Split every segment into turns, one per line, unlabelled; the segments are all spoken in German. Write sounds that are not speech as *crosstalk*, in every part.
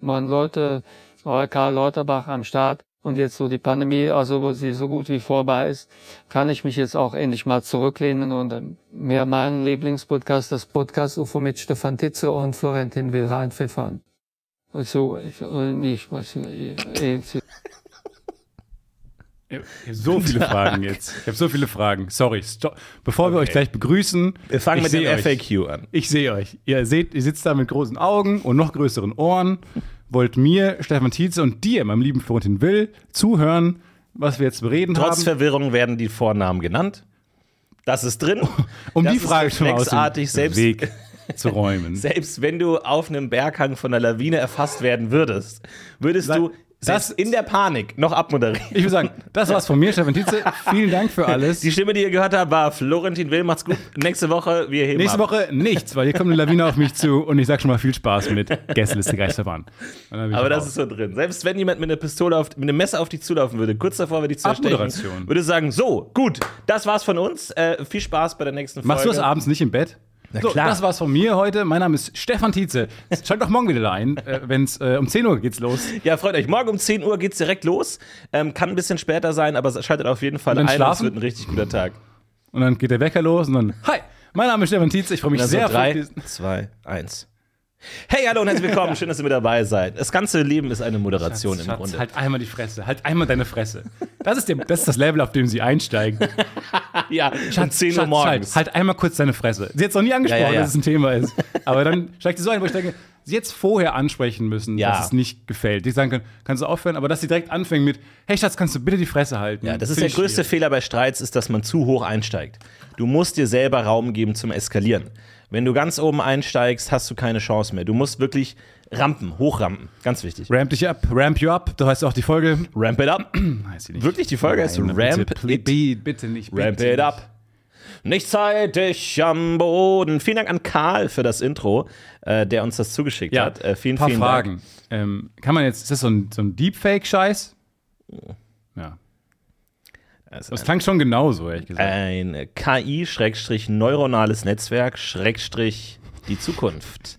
man sollte Karl Lauterbach am Start und jetzt so die Pandemie, also wo sie so gut wie vorbei ist, kann ich mich jetzt auch endlich mal zurücklehnen und ähm, mir meinen Lieblingspodcast, das Podcast UFO mit Stefan Titze und Florentin will reinpfeffern. So, ich, ich weiß nicht.
Ich habe so viele Fragen jetzt. Ich habe so viele Fragen. Sorry. Stop. Bevor okay. wir euch gleich begrüßen.
Wir fangen mit dem
euch.
FAQ an.
Ich sehe euch. Ihr seht, ihr sitzt da mit großen Augen und noch größeren Ohren. Wollt mir, Stefan Tietze und dir, meinem lieben Florentin Will, zuhören, was wir jetzt bereden
Trotz
haben.
Trotz Verwirrung werden die Vornamen genannt. Das ist
*laughs*
drin.
Um
das
die Frage
ist
schon mal aus dem
reflexartig, selbst-
Weg zu
*laughs*
räumen.
Selbst wenn du auf einem Berghang von einer Lawine erfasst werden würdest, würdest
Sag-
du
das-
selbst in der Panik noch abmoderieren.
Ich würde sagen, das war's von mir, Stefan Tietze. Vielen Dank für alles.
Die Stimme, die ihr gehört habt, war Florentin Will. Macht's gut. Nächste Woche, wir heben
Nächste
ab.
Woche nichts, weil hier kommt eine Lawine auf mich zu und ich sag schon mal viel Spaß mit Gästeliste Geisterbahn.
Aber das ist so drin. Selbst wenn jemand mit einer Pistole auf, mit einem Messer auf dich zulaufen würde, kurz davor würde ich zerstechen,
Abmoderation.
würde sagen, so, gut, das war's von uns. Äh, viel Spaß bei der nächsten Folge.
Machst du das abends nicht im Bett? Na so,
klar.
Das war's von mir heute. Mein Name ist Stefan Tietze. Schalt doch morgen wieder da ein. Äh, wenn's, äh, um 10 Uhr geht's los.
Ja, freut euch. Morgen um 10 Uhr geht's direkt los. Ähm, kann ein bisschen später sein, aber schaltet auf jeden Fall
Und dann
ein. Es
schlafen?
wird ein richtig guter Tag.
Und dann geht der Wecker los und dann. Hi, mein Name ist Stefan Tietze. Ich freue mich
Also
sehr auf
drei,
diesen.
zwei, eins. Hey, hallo und herzlich
*laughs*
willkommen. Schön, dass ihr mit dabei seid. Das ganze Leben ist eine Moderation im
Schatz,
Grunde.
halt einmal die Fresse. Halt einmal deine Fresse. Das ist, der, das, ist das Level, auf dem sie einsteigen.
ja, *laughs* um 10 Uhr
Schatz,
morgens.
Halt, halt einmal kurz deine Fresse. Sie hat es noch nie angesprochen,
Ja, ja, ja.
dass es ein Thema ist. Aber dann steigt sie so ein, wo ich denke, sie jetzt vorher ansprechen müssen,
Ja.
dass es nicht gefällt. Die sagen können, kannst du aufhören, aber dass sie direkt anfangen mit, hey Schatz, kannst du bitte die Fresse halten?
Ja, das ist
Finde
der
ich
größte Fehler bei Streits, ist, dass man zu hoch einsteigt. Du musst dir selber Raum geben zum Eskalieren. Wenn du ganz oben einsteigst, hast du keine Chance mehr. Du musst wirklich rampen, hochrampen. Ganz wichtig.
Ramp dich ab, ramp you up, da heißt auch die Folge.
Ramp it up.
Weiß ich nicht.
Wirklich, die Folge heißt
Nein,
Ramp
bitte,
it
bitte, bitte nicht. Bitte
Ramp it
nicht.
up. Nicht zeitig am Boden. Vielen Dank an Karl für das Intro, äh, der uns das zugeschickt
Ja,
hat. Äh, vielen,
paar
vielen Dank.
Fragen. Ähm, kann man jetzt, ist das so ein, so ein Deepfake-Scheiß? Ja.
Also
Das klang schon genauso, ehrlich gesagt.
ein ein KI-neuronales Netzwerk, Schrägstrich die Zukunft.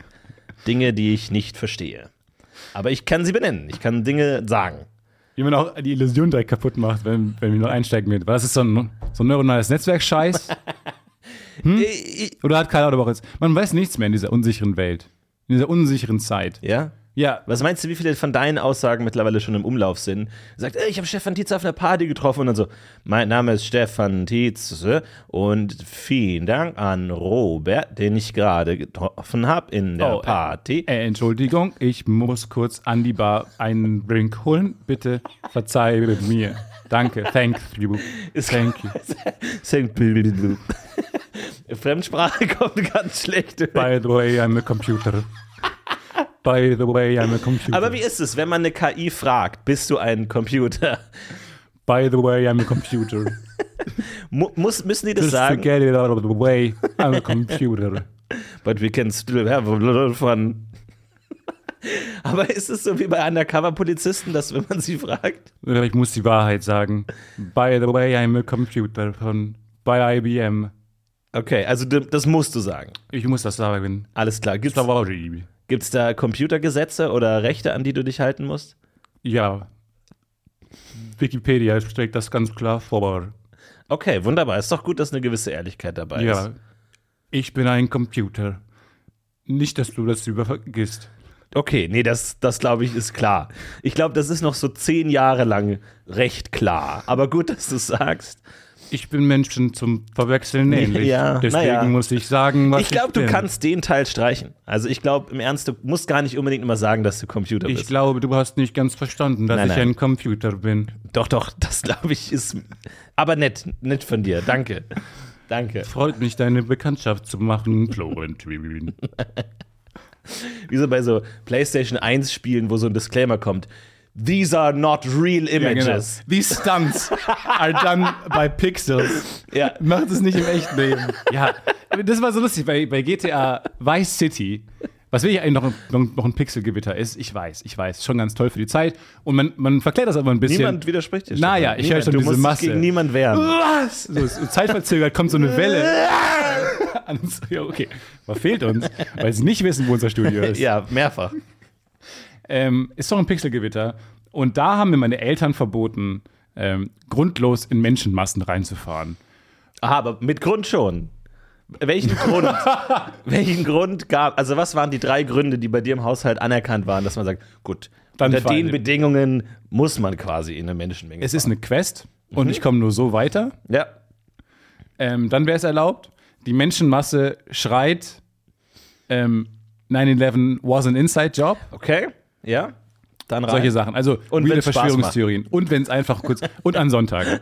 Dinge, die ich nicht verstehe. Aber ich kann sie benennen. Ich kann Dinge sagen.
Wie man auch die Illusion direkt kaputt macht, wenn, wenn wir noch einsteigen wird. Weil das ist so ein, so ein neuronales *laughs* Netzwerk-Scheiß.
Äh,
Oder hat Karl Lauterbach jetzt. Man weiß nichts mehr in dieser unsicheren Welt. In dieser unsicheren Zeit.
Ja?
Ja,
Was meinst du, wie viele von deinen Aussagen mittlerweile schon im Umlauf sind? Sagt, ey, ich habe Stefan Tietze auf einer Party getroffen und dann so, mein Name ist Stefan Tietze und vielen Dank an Robert, den ich gerade getroffen habe in der
Oh, äh,
Party.
äh, Entschuldigung, ich muss kurz an die Bar einen Drink holen. Bitte verzeih mir. Danke, thank you. Thank
*laughs*
you.
Fremdsprache kommt ganz schlecht. durch.
By the way, I'm a computer. By the way, I'm a computer.
Aber wie ist es, wenn man eine KI fragt, bist du ein Computer?
By the way, I'm a computer.
Mu muss, müssen die das
Just to
*laughs* sagen?
get it out of the way, I'm a computer.
But we can still have a lot of fun. *laughs* Aber ist es so wie bei Undercover-Polizisten, dass wenn man sie fragt?
Oder Ich muss die Wahrheit sagen. By the way, I'm a computer von bei IBM.
Okay, also d- das musst du sagen.
Ich muss das sagen.
Alles klar. Gibt's,
Sorry.
gibt's da Computergesetze oder Rechte, an die du dich halten musst?
Ja. Wikipedia schlägt das ganz klar vor.
Okay, wunderbar. Ist doch gut, dass eine gewisse Ehrlichkeit dabei ist.
Ja. Ich bin ein Computer. Nicht, dass du das übervergisst.
Okay, nee, das, das glaube ich ist klar. Ich glaube, das ist noch so zehn Jahre lang recht klar. Aber gut, dass du es sagst.
Ich bin Menschen zum Verwechseln ähnlich.
*laughs* Ja,
Deswegen
naja.
muss ich sagen, was ich
Ich glaube, du
bin.
kannst den Teil streichen. Also ich glaube, im Ernst, du musst gar nicht unbedingt immer sagen, dass du Computer
Ich
bist.
glaube, du hast nicht ganz verstanden, dass
Nein,
ich
nein.
ein Computer bin.
Doch, doch, das glaube ich ist. Aber nett, nett von dir. Danke. Danke.
Freut mich, deine Bekanntschaft zu machen, Florentin.
Wie so bei so PlayStation 1 Spielen, wo so ein Disclaimer kommt. These are not real
genau.
images.
These stunts are done by pixels.
Ja.
Macht es nicht im echten Leben. Ja, aber das war so lustig bei, bei GTA Vice City. Was wirklich eigentlich noch, ein- noch, noch ein Pixelgewitter ist, ich weiß, ich weiß, schon ganz toll für die Zeit. Und man, man verklärt das aber ein bisschen.
Niemand widerspricht dir.
Naja,
Stefan.
ich höre
Niemand.
schon
du
diese
musst
Masse.
Dich gegen niemand wehren.
Was? So, so zeitverzögert kommt so eine Welle. *laughs* an uns. Ja, okay, was fehlt uns, weil sie nicht wissen, wo unser Studio ist.
Ja, mehrfach.
ähm, ist doch ein Pixelgewitter. Und da haben mir meine Eltern verboten, ähm, grundlos in Menschenmassen reinzufahren.
Aha, aber mit Grund schon.
*laughs*
Welchen Grund? welchen Grund gab? Also was waren die drei Gründe, die bei dir im Haushalt anerkannt waren, dass man sagt, gut,
Dann
unter
fahren
den
wir.
Bedingungen muss man quasi in eine Menschenmenge.
Es ist eine Quest und ich komme nur so weiter.
ja,
Ähm, dann wäre es erlaubt. Die Menschenmasse schreit, ähm, 9-11 was an inside job.
okay, ja, dann rein.
Solche Sachen. Also
Und
wilde
wenn's Spaß
Verschwörungstheorien. Und wenn es einfach kurz. und an *laughs* Sonntagen.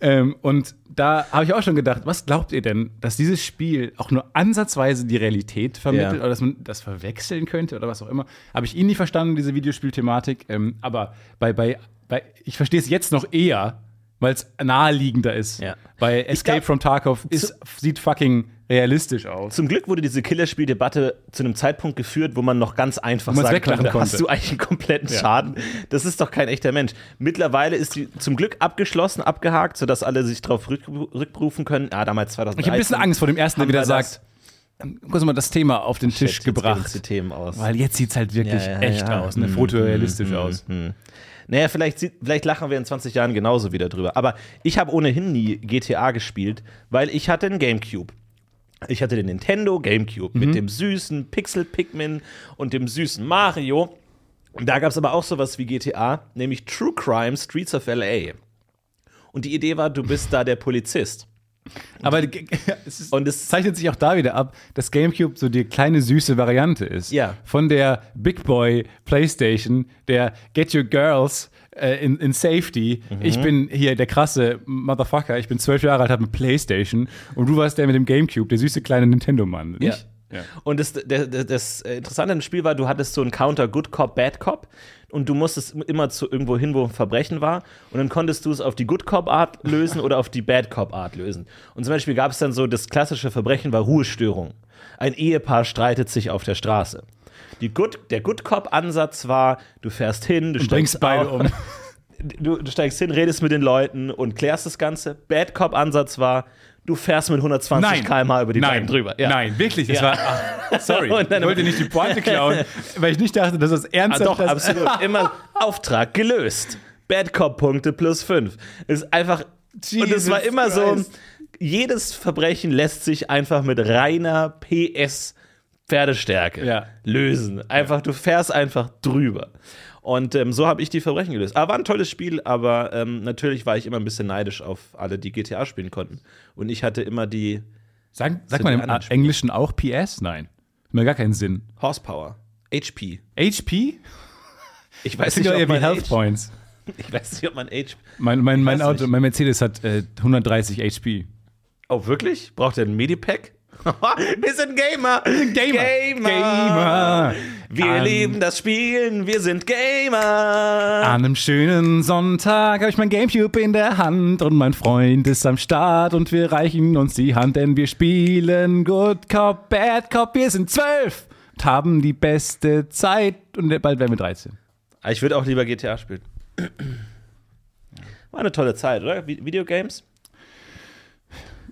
ähm, und da habe ich auch schon gedacht, was glaubt ihr denn, dass dieses Spiel auch nur ansatzweise die Realität vermittelt
Ja.
oder dass man das verwechseln könnte oder was auch immer? Habe ich ihn nicht verstanden, diese Videospielthematik. Ähm, aber bei, bei, bei ich verstehe es jetzt noch eher, weil es naheliegender ist.
Ja.
Bei Escape
glaub-
from Tarkov ist, sieht fucking realistisch aus.
Zum Glück wurde diese Killerspieldebatte zu einem Zeitpunkt geführt, wo man noch ganz einfach
man's
sagen
weglachen
konnte,
konnte.
hast du eigentlich einen kompletten Schaden? Das ist doch kein echter Mensch. Mittlerweile ist die zum Glück abgeschlossen, abgehakt, sodass alle sich darauf rück, rückberufen können. Ah, damals 2013.
Ich habe ein bisschen Angst vor dem ersten, der
haben
wieder
wir das-
sagt, kurz mal das Thema auf den Tisch
Jetzt gehen
gebracht.
die Themen aus.
Weil jetzt sieht es halt wirklich
Ja, ja,
echt
ja. Mhm.
aus, ne? fotorealistisch aus.
Naja, vielleicht, sieht- vielleicht lachen wir in 20 Jahren genauso wieder drüber. Aber ich habe ohnehin nie GTA gespielt, weil ich hatte einen Gamecube. Ich hatte den Nintendo Gamecube mit dem süßen Pixel Pikmin und dem süßen Mario. Da gab es aber auch sowas wie GTA, nämlich True Crime Streets of LA. Und die Idee war, du bist da der Polizist.
Aber die- *laughs* es ist,
Und es
zeichnet sich auch da wieder ab, dass GameCube so die kleine süße Variante ist.
Ja.
Von der Big Boy PlayStation, der Get Your Girls äh, in, in Safety.
Mhm.
Ich bin hier der krasse Motherfucker, ich bin zwölf Jahre alt, habe eine PlayStation und du warst der mit dem GameCube, der süße kleine Nintendo-Mann.
Ja.
nicht? Ja.
Und das, der, der, das äh, Interessante am Spiel war, du hattest so einen Counter Good Cop, Bad Cop und du musstest im- immer zu irgendwo hin, wo ein Verbrechen war und dann konntest du es auf die Good Cop Art lösen oder auf die Bad Cop Art lösen. Und zum Beispiel gab es dann so, das klassische Verbrechen war Ruhestörung. Ein Ehepaar streitet sich auf der Straße. Die Good, der Good Cop Ansatz war, du fährst hin, du
Bringst
steigst
beide
auf,
um.
*laughs* du, du steigst hin, redest mit den Leuten und klärst das Ganze. Bad Cop Ansatz war, du fährst mit 120 km/h über die
Nein,
Leinen drüber. Ja.
Nein, wirklich. Es war,
*laughs*
ach, sorry,
Und dann-
ich wollte nicht die Pointe
*laughs*
klauen, weil ich nicht dachte, dass das
Ah,
ernsthaft
doch,
das-
absolut. Immer Auftrag gelöst. Bad Cop-Punkte plus 5. Ist einfach. und es
Jesus
war immer so:
Christ.
jedes Verbrechen lässt sich einfach mit reiner PS Pferdestärke
Ja.
lösen. Einfach, du fährst einfach drüber. Und ähm, so habe ich die Verbrechen gelöst. Aber war ein tolles Spiel, aber ähm, natürlich war ich immer ein bisschen neidisch auf alle, die GTA spielen konnten. Und ich hatte immer die
Sag, sagt
Sind
man
die
im
anderen Spiele?
Englischen auch PS? Nein. Hat mir gar keinen Sinn.
Horsepower. HP.
HP?
Ich weiß,
Das sind
nicht,
doch
ob
eher wie
man
Health
H-
Points.
ich weiß nicht, ob man HP.
Mein, mein, mein
weiß
Auto,
nicht.
mein Mercedes hat äh, 130 HP.
Oh, wirklich? Braucht er ein Medipack? *laughs* wir sind Gamer! Gamer!
Gamer.
Wir
An-
lieben das Spielen, wir sind Gamer!
An einem schönen Sonntag habe ich mein Gamecube in der Hand und mein Freund ist am Start und wir reichen uns die Hand, denn wir spielen Good Cop, Bad Cop. Wir sind zwölf und haben die beste Zeit und bald werden wir 13.
Ich würde auch lieber GTA spielen. War eine tolle Zeit, oder? Vi- Videogames?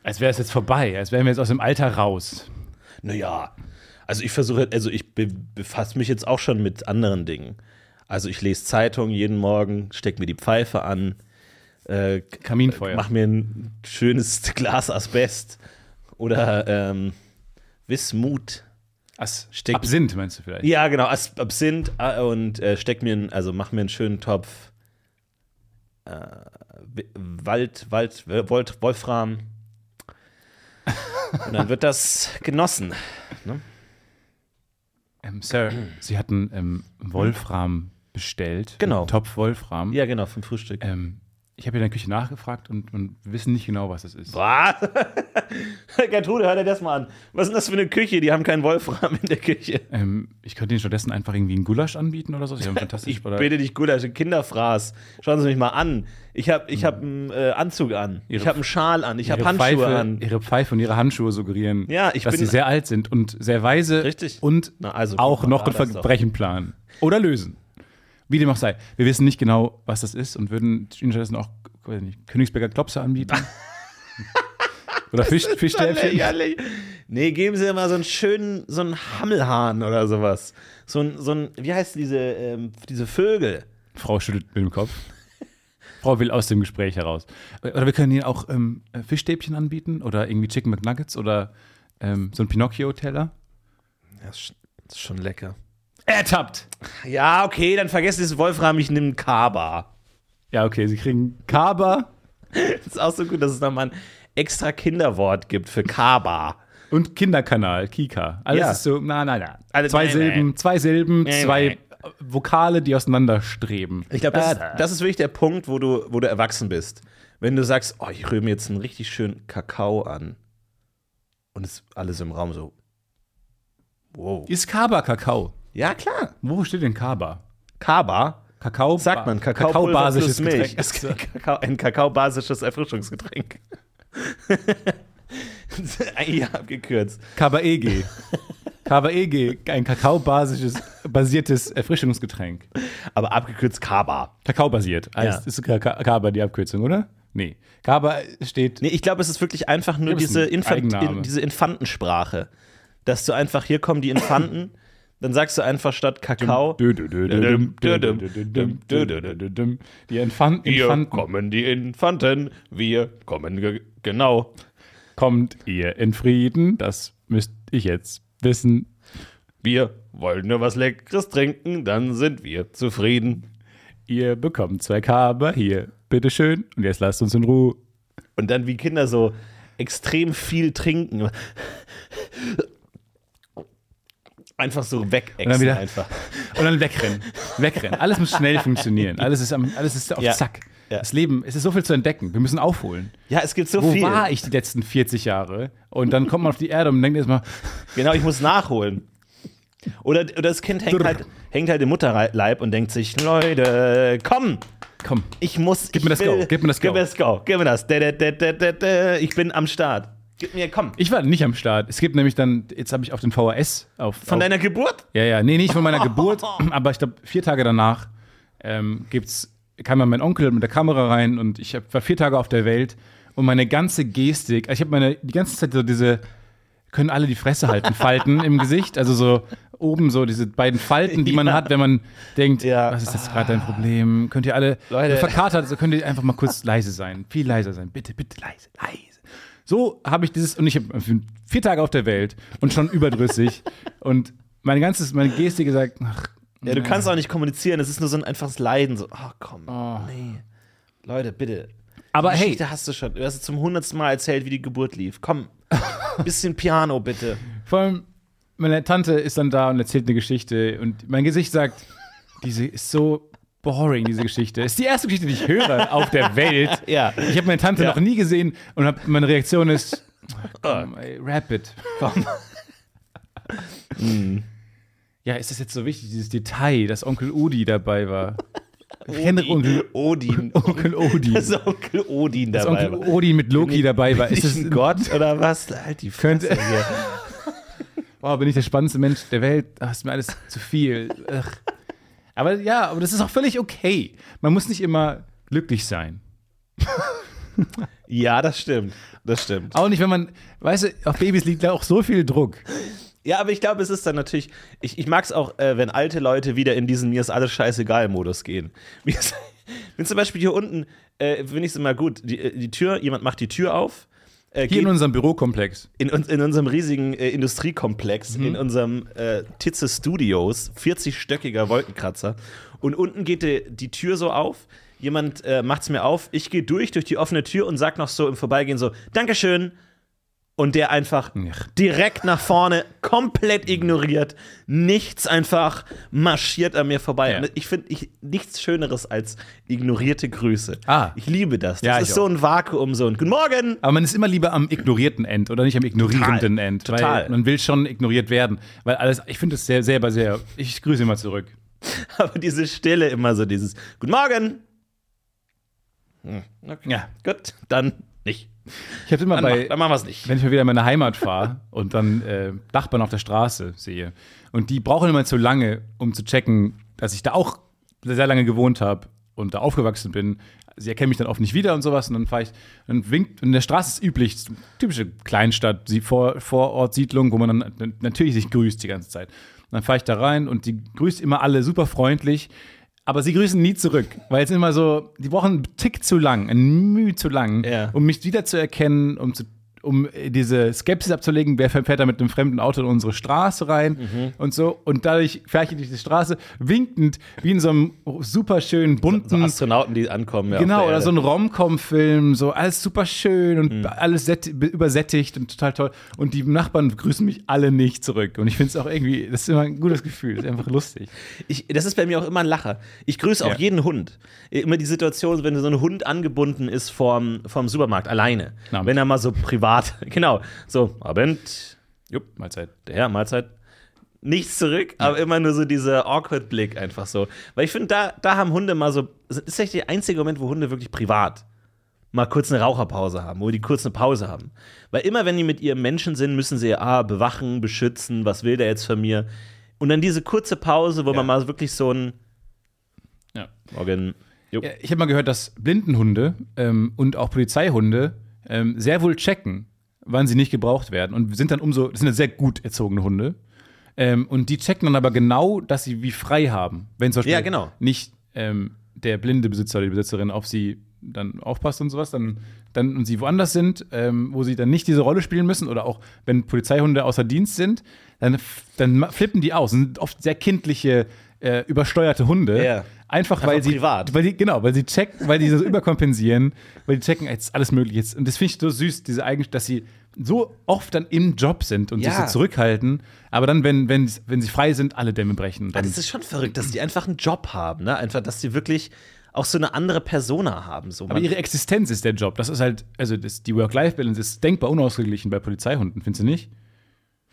Als wäre es jetzt vorbei, als wären wir jetzt aus dem Alter raus.
Naja, also ich versuche, also ich be befasse mich jetzt auch schon mit anderen Dingen. Also ich lese Zeitungen jeden Morgen, stecke mir die Pfeife an, äh,
Kaminfeuer.
mach mir ein schönes Glas Asbest oder ähm, Wismut.
As
Steck-
Absinth meinst du vielleicht?
Ja, genau, As- Absinth äh, und äh, steck mir, einen- also mach mir einen schönen Topf äh, Wi- Wald, Wald, Wolt, Wolfram. Und dann wird das genossen.
Ähm, Sir, Sie hatten ähm, Wolfram bestellt.
Genau.
Einen Topf Wolfram.
Ja, genau, vom Frühstück.
Ähm, ich habe in der Küche nachgefragt und, und wir wissen nicht genau, was es ist.
Was? *laughs* Gertrude, hör dir das mal an. Was ist denn das für eine Küche? Die haben keinen Wolfram in der Küche.
Ähm, ich könnte Ihnen stattdessen einfach irgendwie einen Gulasch anbieten oder so. Sie haben fantastisch.
*laughs* Ich
oder
bitte dich, Gulasch, Kinderfraß. Schauen Sie mich mal an. Ich habe ich hab einen äh, Anzug an.
Hm. Ihre-
Ich habe einen Schal an. Ich habe
ihre,
Handschuhe
Pfeife,
an.
ihre Pfeife und ihre Handschuhe suggerieren,
Ja, ich
dass
bin-
sie sehr alt sind und sehr weise
Richtig.
und
Na, also, guck
auch
mal,
noch
da
ein
das doch.
Verbrechen planen oder lösen. Wie dem auch sei. Wir wissen nicht genau,
*laughs*
was das ist und würden Ihnen stattdessen auch weiß nicht, Königsberger Klopse anbieten. Oder Fisch, Fischstäbchen.
Lächerlich. Nee, geben Sie mal so einen schönen, so einen Hammelhahn oder sowas. So ein, so ein wie heißt diese, ähm, diese Vögel?
Frau schüttelt mit dem Kopf. Frau will aus dem Gespräch heraus. Oder wir können ihnen auch ähm, Fischstäbchen anbieten oder irgendwie Chicken McNuggets oder ähm, so ein Pinocchio-Teller.
Das ist sch- das ist schon lecker.
Ertappt!
Ja, okay, dann vergessen Sie es Wolfram, ich nehme Kaba.
Ja, okay, sie kriegen Kaba
Das ist auch so gut, dass es nochmal ein extra Kinderwort gibt für Kaba.
und Kinderkanal, Kika. Alles
Ja.
ist so, na, na, na.
Alles
zwei,
nein,
Silben,
nein.
zwei Silben,
Nein,
zwei
nein.
Vokale, die auseinanderstreben. Ah,
Ich glaube, das, ist- das ist wirklich der Punkt, wo du, wo du erwachsen bist. Wenn du sagst, oh, ich rühre mir jetzt einen richtig schönen Kakao an. Und es alles im Raum so. Wow.
Ist Kaba Kakao?
Ja, klar.
Wo steht denn Kaba?
Kaba,
Kakao
sagt man, Kakaopulver plus
Kakaobasisches
Milch.
Getränk.
Ist Kakao, ein kakaobasisches Erfrischungsgetränk. *laughs* ja, abgekürzt.
*laughs*
E
Kaba-EG. Kaba-EG, E ein kakaobasisches basiertes Erfrischungsgetränk.
Aber abgekürzt Kaba.
Kakao-basiert.
Ja.
heißt- Ist Ka- Ka- Kaba E die Abkürzung, oder? Nee. Kaba steht.
Nee, ich glaube, es ist wirklich einfach nur
aber es ist
diese,
ein
Infant
Eigenname.
in, diese Infantensprache. Dass du einfach, hier kommen
*clears throat*
die Infanten, dann sagst du einfach statt Kakao.
Die Infan Infanten
kommen die Infanten, wir kommen ge- genau.
kommt ihr in Frieden. Das müsst ich jetzt wissen.
Wir wollen nur was Leckeres trinken, dann sind wir zufrieden.
Ihr bekommt zwei Kaba hier. Bitteschön. Und jetzt lasst uns in Ruhe.
Und dann wie Kinder so extrem viel trinken. Einfach so weg
dann wieder-
einfach.
Und dann wegrennen. Wegrennen. Alles muss schnell funktionieren. Alles ist, am, alles ist auf
Ja.
Zack.
Ja.
Das Leben, es ist so viel zu entdecken. Wir müssen aufholen.
Ja, es gibt so
Wo
viel.
war ich die letzten 40 Jahre? Und dann kommt man auf die Erde und denkt erstmal,
Genau, ich muss nachholen. Oder, oder das Kind hängt
Drrr.
halt, hängt halt im Mutterleib und denkt sich, Leute, komm,
komm,
ich muss. Gib
mir das Go, gib mir das
Gib
Go.
mir das Go, gib mir das. Da, da, da, da, da, da. Ich bin am Start. Gib mir, komm.
ich war nicht am Start. Es gibt nämlich dann, jetzt habe ich auf den VHS auf.
Von
auf,
deiner Geburt?
Ja, ja, nee, nicht von
*laughs*
meiner Geburt, aber ich glaube, vier Tage danach ähm, gibt's, kam dann mein Onkel mit der Kamera rein und ich hab, war vier Tage auf der Welt und meine ganze Gestik, also ich habe meine, die ganze Zeit so diese, können alle die Fresse halten, Falten im Gesicht, also so oben so diese beiden Falten, die man
Ja.
hat, wenn man denkt,
Ja.
was ist jetzt gerade dein Problem? Könnt ihr alle,
Ah. Leute.
verkatert, so könnt ihr einfach mal kurz leise sein, viel leiser sein, bitte, bitte leise, leise. So habe ich dieses, und ich habe vier Tage auf der Welt und schon
*laughs*
überdrüssig. und mein ganzes, meine Gestik sagt, ach,
Ja, du kannst auch nicht kommunizieren. Es ist nur so ein einfaches Leiden. So, oh, komm.
Ah.
Nee. Leute, bitte.
aber
Die
hey,
Geschichte hast du schon. Du hast es zum hundertsten Mal erzählt, wie die Geburt lief. Komm. Bisschen Piano, bitte.
vor allem meine Tante ist dann da und erzählt eine Geschichte und mein Gesicht sagt, diese ist so boring, diese Geschichte. Ist die erste Geschichte, die ich höre auf der Welt.
*laughs* Ja.
Ich habe meine Tante
Ja. Ah.
noch nie gesehen und hab, meine Reaktion
*laughs*
ist, ach, komm, ey, rapid, komm.
Mm.
Ja, ist das jetzt so wichtig, dieses Detail, dass Onkel Udi dabei war? Henry Onkel,
Odin.
Onkel Odi.
*laughs* Das ist Onkel Odin dabei.
Onkel Odi mit Loki
Bin ich-
dabei war.
Bin
Ist
ich
das
ein Gott oder was? Halt die Fresse
Könnte- *laughs*
hier.
Wow, bin ich der spannendste Mensch der Welt? Ach, ist mir alles zu viel. Ach. Aber ja, aber das ist auch völlig okay. Man muss nicht immer glücklich sein.
Ja, das stimmt. Das stimmt.
Auch nicht, wenn man, weißt du, auf Babys liegt da auch so viel Druck.
Ja, aber ich glaube, es ist dann natürlich. Ich, ich mag es auch, äh, wenn alte Leute wieder in diesen Mir ist alles scheißegal-Modus gehen. *laughs* Mir ist, wenn zum Beispiel hier unten, äh, finde ich es immer gut, die, äh, die Tür, jemand macht die Tür auf. Äh,
Hier in
geht
unserem Bürokomplex.
in, uns, in unserem riesigen äh, Industriekomplex,
Mhm.
in unserem äh, Titze Studios, 40-stöckiger Wolkenkratzer. Und unten geht die, die Tür so auf. Jemand äh, macht's mir auf. Ich gehe durch, durch die offene Tür und sag noch so im Vorbeigehen so, Dankeschön. Und der einfach
Ach.
direkt nach vorne,
Mhm.
komplett ignoriert. Nichts einfach marschiert an mir vorbei.
Ja.
Und ich finde ich, nichts Schöneres als ignorierte Grüße.
Ah.
Ich liebe das. Das
Ja,
ist
ich
so ein Vakuum, so ein Guten Morgen.
Aber man ist immer lieber am ignorierten End oder nicht am ignorierenden
Total.
End.
Total.
Weil man will schon ignoriert werden. Weil alles, ich finde das sehr, selber sehr, ich grüße immer zurück.
*laughs* Aber diese Stille immer so dieses Guten Morgen. Hm,
Ja.
Gut, dann nicht.
Ich habe immer
Dann,
bei,
mach, dann machen wir es nicht.
wenn ich mal wieder in meine Heimat fahre und dann äh, Nachbarn auf der Straße sehe und die brauchen immer zu lange, um zu checken, dass ich da auch sehr lange gewohnt habe und da aufgewachsen bin, sie erkennen mich dann oft nicht wieder und sowas. Und dann fahre ich, dann winkt, in der Straße ist üblich, so typische Kleinstadt, sie- Vor- Vorortsiedlung, wo man dann natürlich sich grüßt die ganze Zeit. Und dann fahre ich da rein und die grüßt immer alle super freundlich. Aber sie grüßen nie zurück, weil es immer so, die brauchen einen Tick zu lang, einen Mühe zu lang,
Ja.
um mich wiederzuerkennen, um, zu, um diese Skepsis abzulegen, wer fährt da mit einem fremden Auto in unsere Straße rein
Mhm.
und so. Und dadurch fahre ich durch die Straße winkend, wie in so einem super schönen,
So
bunten,
Astronauten, die ankommen. Ja,
Hm. Genau,
auf der
oder so
Erde. Mhm.
ein Rom-Com-Film, so alles super schön und alles set- be- übersättigt und total toll. Und die Nachbarn grüßen mich alle nicht zurück. Und ich finde es auch irgendwie, das ist immer ein gutes Gefühl, das ist einfach lustig.
Ich, das ist bei mir auch immer ein Lacher. Ich grüße auch
Ja.
jeden Hund. Immer die Situation, wenn so ein Hund angebunden ist vorm, vorm Supermarkt, alleine.
Abend.
Wenn er mal so privat, *laughs* genau, so, Abend, jupp,
Mahlzeit.
der Herr, Mahlzeit. Nichts zurück, aber immer nur so dieser awkward Blick einfach so. Weil ich finde, da, da haben Hunde mal so, das ist echt der einzige Moment, wo Hunde wirklich privat mal kurz eine Raucherpause haben, wo die kurz eine Pause haben. Weil immer, wenn die mit ihrem Menschen sind, müssen sie ja ah, bewachen, beschützen, was will der jetzt von mir. Und dann diese kurze Pause, wo man mal wirklich so ein
Ja.
Morgen. Jo.
Ja, ich habe mal gehört, dass Blindenhunde ähm, und auch Polizeihunde ähm, sehr wohl checken, wann sie nicht gebraucht werden und sind dann umso, das sind dann sehr gut erzogene Hunde. Ähm, und die checken dann aber genau, dass sie wie frei haben, wenn zum Beispiel
Ja, genau.
nicht ähm, der blinde Besitzer oder die Besitzerin auf sie dann aufpasst und sowas, dann, dann und sie woanders sind, ähm, wo sie dann nicht diese Rolle spielen müssen oder auch wenn Polizeihunde außer Dienst sind, dann, f- dann ma- flippen die aus. Das sind oft sehr kindliche, äh, übersteuerte Hunde.
Ja.
Einfach weil
Einfach
sie
privat.
weil die genau, weil sie checken, weil die so überkompensieren, weil die checken jetzt alles mögliche ist und das finde ich so süß diese Eigenschaft, dass sie so oft dann im Job sind und sich
Ja.
so zurückhalten, aber dann wenn wenn wenn sie frei sind, alle Dämme brechen und
Ah,
dann
das ist schon verrückt, dass die einfach einen Job haben, ne? Einfach, dass die wirklich auch so eine andere Persona haben. So
aber ihre Existenz ist der Job. Das ist halt, also das, die Work-Life-Balance ist denkbar unausgeglichen bei Polizeihunden, findest du nicht?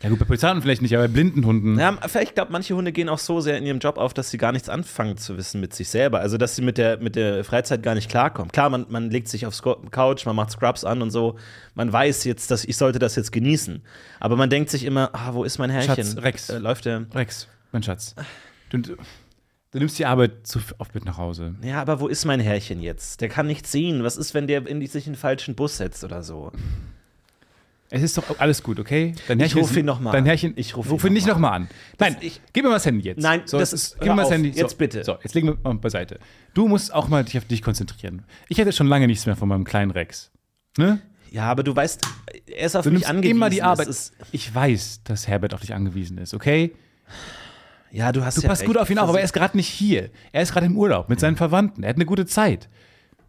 Ja gut, bei Polizeihunden vielleicht nicht, aber bei blinden Hunden.
Ja, vielleicht glaube manche Hunde gehen auch so sehr in ihrem Job auf, dass sie gar nichts anfangen zu wissen mit sich selber. Also dass sie mit der, mit der Freizeit gar nicht klarkommen. Klar, man, man legt sich auf Sco- Couch, man macht Scrubs an und so. Man weiß jetzt, dass ich sollte das jetzt genießen. Aber man denkt sich immer, ah, wo ist mein Herrchen?
Schatz, Rex.
Äh, läuft der?
Rex, mein Schatz, du, du nimmst die Arbeit zu oft mit nach Hause.
Ja, aber wo ist mein Herrchen jetzt? Der kann nichts sehen. Was ist, wenn der in die, sich in den falschen Bus setzt oder so?
Es ist doch alles gut, okay? Dein Herrchen
rufe
ist-
ihn noch mal
Dein
an.
Herrchen,
Ich rufe ihn
ruf ihn
noch
nicht
mal
nochmal an. Nein,
Das- ich-
gib mir mal das Handy jetzt.
Nein, das
es
ist-
Gib
hör
mir mal das
auf,
Handy. So,
jetzt bitte.
So, jetzt legen wir mal beiseite. Du musst auch mal dich auf dich konzentrieren. Ich hätte schon lange nichts mehr von meinem kleinen Rex. Ne?
Ja, aber du weißt, er ist auf
Du
mich
nimmst
angewiesen.
immer die
Das
Arbeit.
Ist,
Ich weiß, dass Herbert auf dich angewiesen ist, okay?
ja, du hast
Du
ja
passt
recht.
gut auf ihn auf, aber er ist gerade nicht hier. Er ist gerade im Urlaub mit seinen Verwandten. Er hat eine gute Zeit.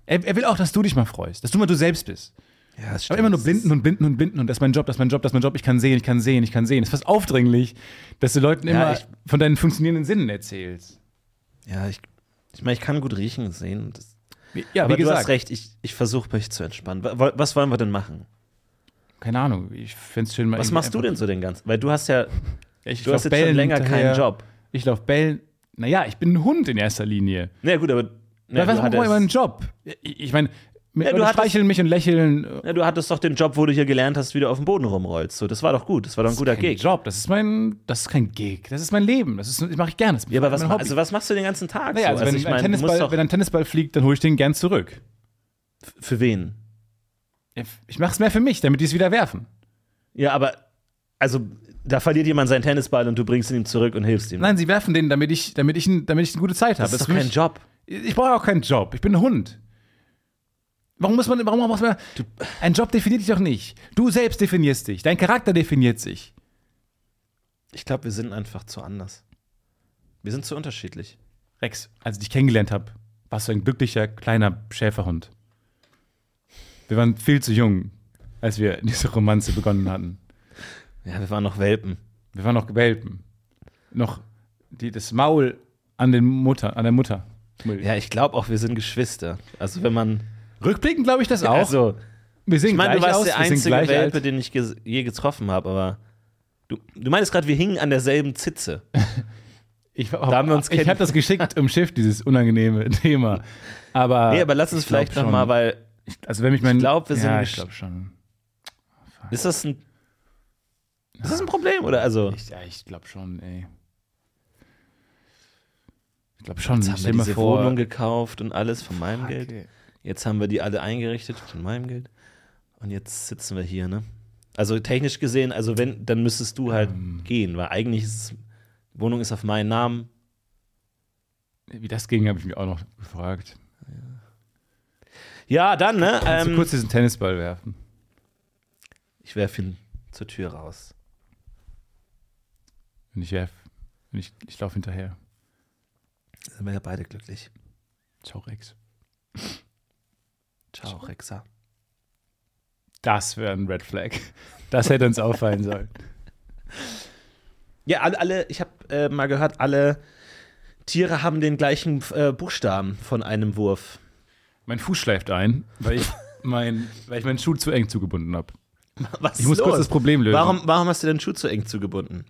Er, er will auch, dass du dich mal freust, dass du mal du selbst bist.
ja, das
Aber immer nur
stimmt.
blinden und blinden und blinden und das ist mein Job, das ist mein Job, das ist mein Job, ich kann sehen, ich kann sehen, ich kann sehen. Es ist fast aufdringlich, dass du Leuten immer
ich-
von deinen funktionierenden Sinnen erzählst.
Ja, ich, ich meine, ich kann gut riechen und sehen. und Das,
Ja,
Aber
wie gesagt,
du hast recht, ich, ich versuche mich zu entspannen. Wa- wa- Was wollen wir denn machen?
keine Ahnung, ich fände es schön mal
Was
irgendwie
machst du
einfach-
denn so den ganzen? Weil du hast ja,
Ich, ich
du hast
lauf
jetzt schon
bellen
länger
hinterher.
keinen Job.
Ich lauf bellen. Naja, ich bin ein Hund in erster Linie.
Na ja, gut, aber na,
Ja, was
du,
macht man über einen
hattest,
Job? Ich, ich meine, ja,
du hattest-
streicheln mich und lächeln. äh,
na, du hattest doch den Job, wo du hier gelernt hast, wie du auf dem Boden rumrollst. So, das war doch gut, das war doch ein guter
Kein
Gig.
Job, das ist mein, das ist kein Gig, das ist mein Leben, das, ist, das mache ich gerne. Das ist
Ja, aber was,
mein
ma-
Hobby.
also, was machst du den ganzen Tag?
naja,
so?
also, wenn,
ich
ein
meine, du musst
Tennisball,
doch,
wenn ein Tennisball fliegt, dann hole ich den gern zurück.
für wen?
Ich mache es mehr für mich, damit die es wieder werfen.
Ja, aber, also, da verliert jemand seinen Tennisball und du bringst ihn ihm zurück und hilfst ihm.
Nein, sie werfen den, damit ich, damit ich, damit ich eine gute Zeit habe.
das ist
für
doch kein
mich-
Job.
Ich brauche auch keinen Job. Ich bin ein Hund. Warum muss man, warum muss man, ein Job definiert dich doch nicht. Du selbst definierst dich. Dein Charakter definiert sich.
Ich glaube, wir sind einfach zu anders. Wir sind zu unterschiedlich.
Rex, als ich dich kennengelernt habe, warst du ein glücklicher, kleiner Schäferhund. Wir waren viel zu jung, als wir *laughs* diese Romanze begonnen hatten.
Ja, wir waren noch Welpen.
Wir waren noch Welpen. Noch die, das Maul an, den Mutter, an der Mutter.
Ja, ich glaube auch, wir sind Geschwister. Also wenn man
Rückblickend glaube ich das auch.
also,
wir sehen
ich meine, du
gleich
warst
aus,
der
wir sind
einzige
gleich
Welpe,
alt.
den ich ges je getroffen habe, aber du, du meinst gerade, wir hingen an derselben Zitze.
Ich, da
haben wir uns
ich habe
kennen-
das geschickt im Schiff, dieses unangenehme *laughs* Thema. Aber,
Nee, aber lass uns
ich glaub
vielleicht noch
schon.
mal, weil
also wenn ich mein,
glaub, wir sind
ja,
gesch-
ich glaube schon.
ist das ein ist das ein Problem oder also
Ich, ja, ich glaube schon, ey. Ich glaube schon.
Jetzt haben wir
stell mir
diese
vor-
Wohnung gekauft und alles von meinem Geld.
ey.
Jetzt haben wir die alle eingerichtet von meinem Geld. Und jetzt sitzen wir hier, ne? Also technisch gesehen, also wenn, dann müsstest du halt
Ähm.
gehen, weil eigentlich ist es, die Wohnung ist auf meinen Namen.
Wie das ging, habe ich mich auch noch gefragt.
Ja, dann, ne?
Kannst du
Ähm,
kurz diesen Tennisball werfen?
ich werfe ihn zur Tür raus.
Wenn ich werf. Wenn ich, ich laufe hinterher.
Dann sind wir ja beide glücklich.
Ciao, Rex.
Ciao, Rexa.
Das wäre ein Red Flag. Das hätte uns auffallen sollen.
Ja, alle, alle ich habe äh, mal gehört, alle Tiere haben den gleichen äh, Buchstaben von einem Wurf. *laughs*
Mein Fuß schleift ein, weil ich, mein, weil ich meinen Schuh zu eng zugebunden habe.
Was
Ich muss
ist
kurz
los?
das Problem lösen.
Warum, warum hast du den Schuh zu eng zugebunden?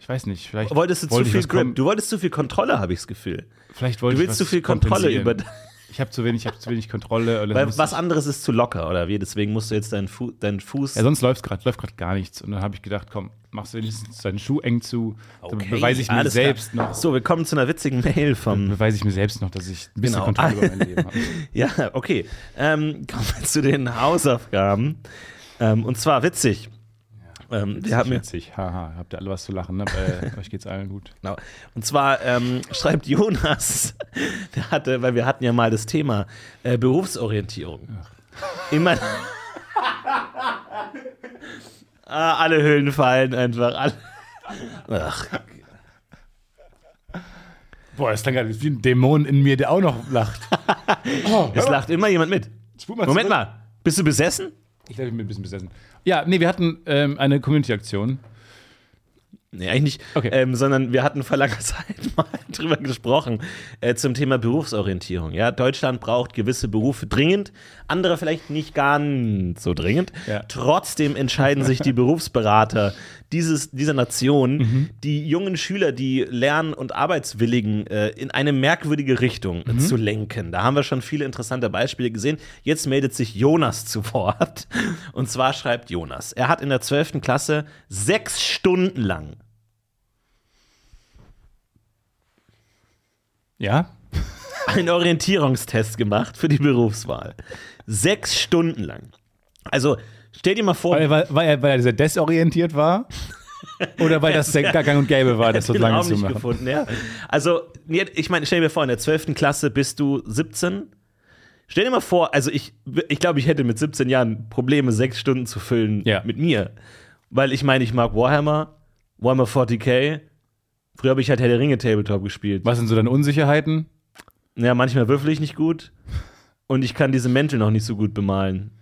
Ich weiß nicht. Vielleicht
Wolltest du
wollte
zu
ich was
viel Grip?
kom-
Du wolltest zu viel Kontrolle, habe ich das Gefühl.
vielleicht
Du
wollte ich
willst zu
was
viel Kontrolle über.
kompensieren. Ich habe zu wenig, ich habe zu wenig Kontrolle. Oder
Weil
muss-
was anderes ist zu locker, oder wie? Deswegen musst du jetzt deinen, Fu deinen Fuß.
ja, sonst läuft gerade, läuft gerade gar nichts. Und dann habe ich gedacht, komm, machst du wenigstens deinen Schuh eng zu. Dann beweise ich mir
alles klar.
selbst noch.
So, wir kommen zu einer witzigen
*laughs*
Mail vom.
Beweise ich mir selbst noch, dass ich ein bisschen
Genau.
Kontrolle
*laughs*
über mein Leben habe.
Ja, okay. Ähm, kommen wir zu den Hausaufgaben. Ähm, und zwar witzig. Ähm, wir haben,
Witzig, haha, habt ihr alle was zu lachen, ne? Bei *laughs* euch geht's allen gut.
Genau. Und zwar ähm, schreibt Jonas, *laughs* der hatte, weil wir hatten ja mal das Thema äh, Berufsorientierung. Immer. ah, alle Höhlen fallen einfach. Alle. Ach,
Boah, das klang gerade wie ein Dämon in mir, der auch noch
*laughs*
lacht. Oh,
es lacht immer jemand mit. Moment mal, bist du besessen?
Ich glaube, ich bin ein bisschen besessen. Ja, nee, wir hatten ähm, eine Community-Aktion.
Nee, eigentlich nicht.
Okay.
Ähm, sondern wir hatten vor langer *laughs* Zeit mal drüber gesprochen äh, zum Thema Berufsorientierung. Ja, Deutschland braucht gewisse Berufe dringend, andere vielleicht nicht ganz so dringend.
Ja.
Trotzdem entscheiden
*laughs*
sich die Berufsberater dieses, dieser Nation,
Mhm.
die jungen Schüler, die Lern- und Arbeitswilligen äh, in eine merkwürdige Richtung
Mhm.
äh, zu lenken. Da haben wir schon viele interessante Beispiele gesehen. Jetzt meldet sich Jonas *laughs* zu Wort. Und zwar schreibt Jonas, er hat in der 12. Klasse sechs Stunden lang
Ja?
einen Orientierungstest gemacht für die Berufswahl. Sechs Stunden lang. Also stell dir mal vor,
Weil, weil, weil, er, weil er sehr desorientiert
*laughs*
war. Oder weil das sehr gang und gäbe war, das so
den
lange
Raum
zu
nicht
machen.
gefunden. Ja. Also nee, ich meine, stell dir vor, in der 12. Klasse bist du 17. Stell dir mal vor, also ich, ich glaube, ich hätte mit 17 Jahren Probleme, sechs Stunden zu füllen
Ja.
mit mir. Weil ich meine, ich mag Warhammer, Warhammer 40k. Früher habe ich halt Herr der Ringe Tabletop gespielt.
Was sind so deine Unsicherheiten?
Ja, manchmal würfel ich nicht gut. Und ich kann diese Mäntel noch nicht so gut bemalen.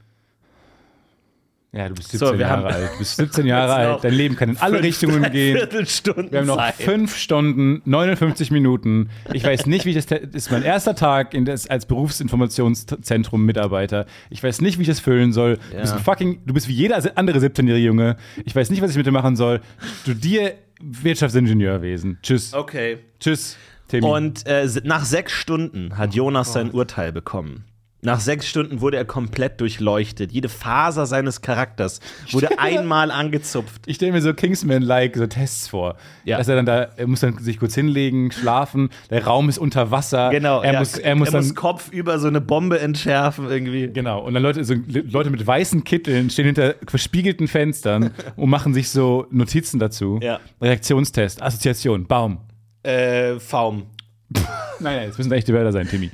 Ja, du bist
So,
17
wir
Jahre
haben-
alt. Du bist 17 Jahre
*laughs* Jetzt noch
alt. Dein Leben kann in alle
*laughs*
Richtungen gehen.
Viertelstunden
Wir haben noch
Zeit.
fünf Stunden, 59 Minuten. Ich weiß nicht, wie ich das, te- das ist mein erster Tag in das, als Berufsinformationszentrum Mitarbeiter. Ich weiß nicht, wie ich das füllen soll. Du bist
Ja.
ein fucking, du bist wie jeder se- andere 17-jährige Junge. Ich weiß nicht, was ich mit dir machen soll. Studier Wirtschaftsingenieurwesen. Tschüss.
Okay.
Tschüss. Timmy.
Und äh, se- nach sechs Stunden
Oh
hat Jonas sein Urteil bekommen. Nach sechs Stunden wurde er komplett durchleuchtet. Jede Faser seines Charakters
*laughs*
wurde einmal angezupft.
ich stelle mir so Kingsman-like so Tests vor.
Ja.
Dass er dann da, er muss dann sich kurz hinlegen, schlafen, der Raum ist unter Wasser.
Genau.
er,
ja,
muss, er muss
er
dann
muss Kopf über so eine Bombe entschärfen irgendwie.
Genau, und dann Leute, so Le- Leute mit weißen Kitteln stehen hinter verspiegelten
*laughs*
Fenstern und machen sich so Notizen dazu.
Ja.
Reaktionstest, Assoziation, Baum.
Äh, Faum.
Nein, nein, es müssen echte Wörter sein, Timmy.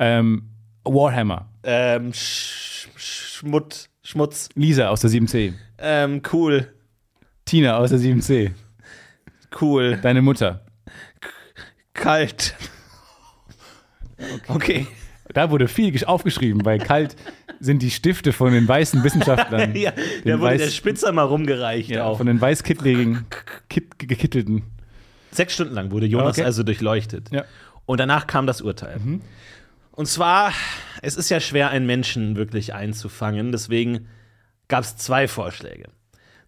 Ähm, Warhammer,
Ähm, Sch Sch Schmutz. Schmutz.
Lisa aus der 7C,
Ähm, cool.
Tina aus der 7C,
Cool.
deine Mutter.
Kalt. *laughs* Okay.
Da wurde viel gesch- aufgeschrieben, weil
*laughs*
kalt sind die Stifte von den weißen Wissenschaftlern.
Ja, genau.
Den
da wurde
Weiß-
der Spitzer mal rumgereicht
Ja,
auch.
von den weißkittligen, kit- gekittelten.
Sechs Stunden lang wurde Jonas
Okay.
also durchleuchtet.
Ja. Mhm.
Und danach kam das Urteil. Und zwar, es ist ja schwer, einen Menschen wirklich einzufangen. Deswegen gab es zwei Vorschläge.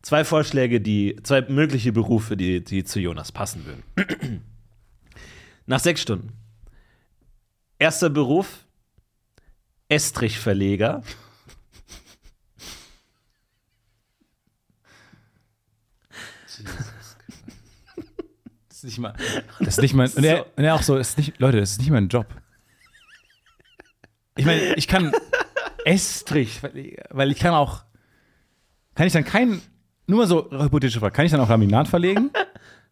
Zwei Vorschläge, die, zwei mögliche Berufe, die, die zu Jonas passen würden. *clears throat* Nach sechs Stunden. Erster Beruf: Estrichverleger.
Das ist nicht mal. Das ist nicht mein. Und er, und er auch *laughs* so, das ist nicht, Leute, das ist nicht mein Job. Ich meine, ich kann Estrich, weil ich- weil ich kann auch. Kann ich dann kein. Nur mal so hypothetische Frage. Kann ich dann auch Laminat verlegen?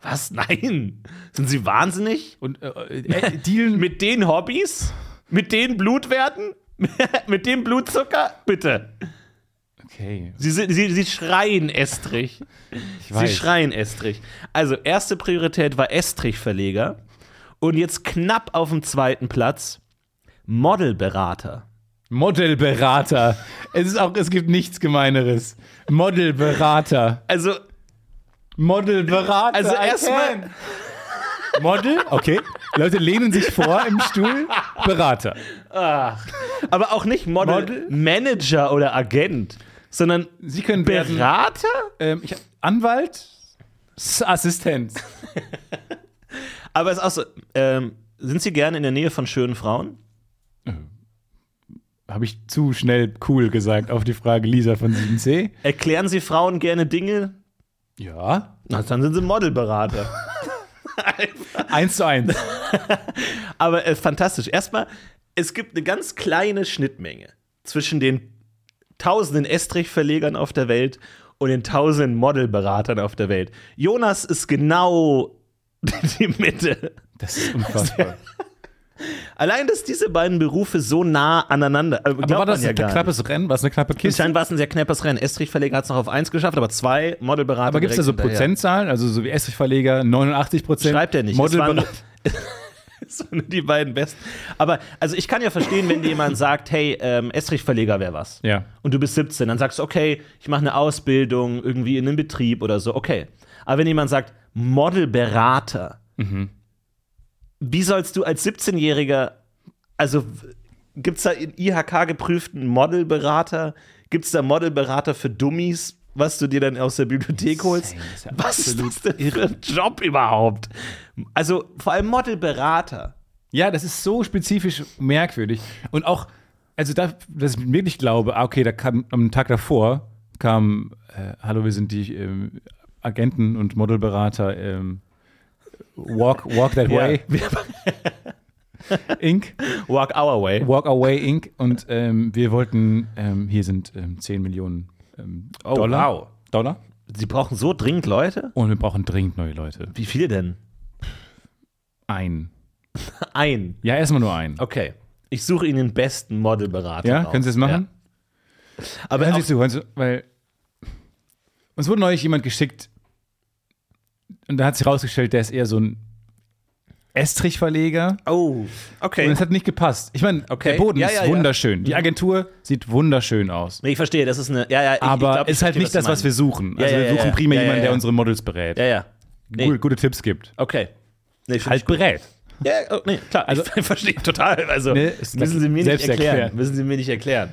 Was? *laughs* Nein. Sind Sie wahnsinnig?
Und äh, äh, dealen mit.
Mit den Hobbys? Mit den Blutwerten? *laughs* Mit dem Blutzucker? Bitte.
Okay,
Sie, sind- Sie, Sie schreien Estrich.
ich
Sie
weiß.
schreien Estrich. Also, erste Priorität war Estrich-Verleger. Und jetzt knapp auf dem zweiten Platz Modelberater.
Modelberater. Es ist auch, es gibt nichts Gemeineres. Modelberater.
Also,
Modelberater.
Also
I
erstmal-
can. Model, okay. Leute lehnen sich vor im Stuhl. Berater.
aber auch nicht Model,
Model?
Manager oder Agent, sondern
Sie können werden,
Berater?
ähm, ich, Anwalt, S- Assistent.
Aber es ist auch so, ähm, sind Sie gerne in der Nähe von schönen Frauen?
Habe ich zu schnell cool gesagt auf die Frage Lisa von 7C?
Erklären Sie Frauen gerne Dinge?
Ja.
Na, dann sind Sie Modelberater.
Eins zu eins.
Aber äh, fantastisch. Erstmal, es gibt eine ganz kleine Schnittmenge zwischen den tausenden Estrich-Verlegern auf der Welt und den tausenden Modelberatern auf der Welt. Jonas ist genau *laughs* die Mitte.
Das ist
*laughs*
unfassbar.
Allein, dass diese beiden Berufe so nah aneinander. Äh, glaubt
Aber war das
man ja
ein
gar nicht.
knappes Rennen? War es eine knappe Kiste?
Anscheinend war es ein sehr knappes Rennen. Estrich-Verleger hat es noch auf eins geschafft, aber zwei Modelberater.
Aber gibt es da
direkt
so
hinterher.
Prozentzahlen? Also so wie Essigverleger 89 Prozent.
Schreibt er nicht. Es
Model
waren nur- *laughs* Das waren nur die beiden besten. Aber also ich kann ja verstehen, wenn dir jemand sagt, hey, ähm, Estrich-Verleger wäre was.
Ja.
Und du bist 17, dann sagst du, okay, ich mache eine Ausbildung irgendwie in einem Betrieb oder so, okay. Aber wenn jemand sagt, Modelberater,
Mhm.
wie sollst du als 17-Jähriger, also gibt es da in IHK geprüften Modelberater, gibt es da Modelberater für Dummies, was du dir dann aus der Bibliothek holst?
Insane, ist ja
was ist das denn für ein Job überhaupt? Also vor allem Modelberater.
Ja, das ist so spezifisch merkwürdig. Und auch, also da, dass ich wirklich glaube, ah, okay, da kam am Tag davor kam, äh, hallo, wir sind die ähm, Agenten und Modelberater, ähm, Walk, Walk That Way Inc.,
*laughs* Walk our way.
Walk Away Inc. Und ähm, wir wollten, ähm, hier sind ähm, 10 Millionen ähm,
Oh,
Dollar.
wow.
Dollar.
Sie brauchen so dringend Leute?
Und wir brauchen dringend neue Leute.
Wie viele denn?
Ein.
Ein.
Ja, erstmal nur einen.
Okay. Ich suche Ihnen den besten Modelberater.
Ja,
raus.
können Sie das machen?
Ja. Aber
Hören
auch,
Sie zu, hören Sie, weil uns wurde neulich jemand geschickt und da hat sich rausgestellt, der ist eher so ein Estrich-Verleger
oh,
und
okay.
es hat nicht gepasst. Ich meine,
Okay.
der Boden
Ja,
ist
ja, ja.
wunderschön, die Agentur sieht wunderschön aus,
Nee, ich verstehe, das ist eine. Ja, ja, ich,
aber
ich glaub, ich
ist halt
verstehe,
nicht das,
du
was wir
meinst.
suchen.
Ja,
Also
ja,
wir
ja,
suchen
ja.
primär
Ja, ja,
jemanden, der
ja.
unsere Models berät,
Ja, ja. Nee,
Gute, gute Tipps gibt.
Okay. Nee, ich
Halt berät.
Ja, oh, nee, klar. Also, ich *laughs* verstehe total. Also,
Nee, ist
müssen Sie mir nicht
selbst
erklären.
erklären.
Müssen Sie mir nicht erklären.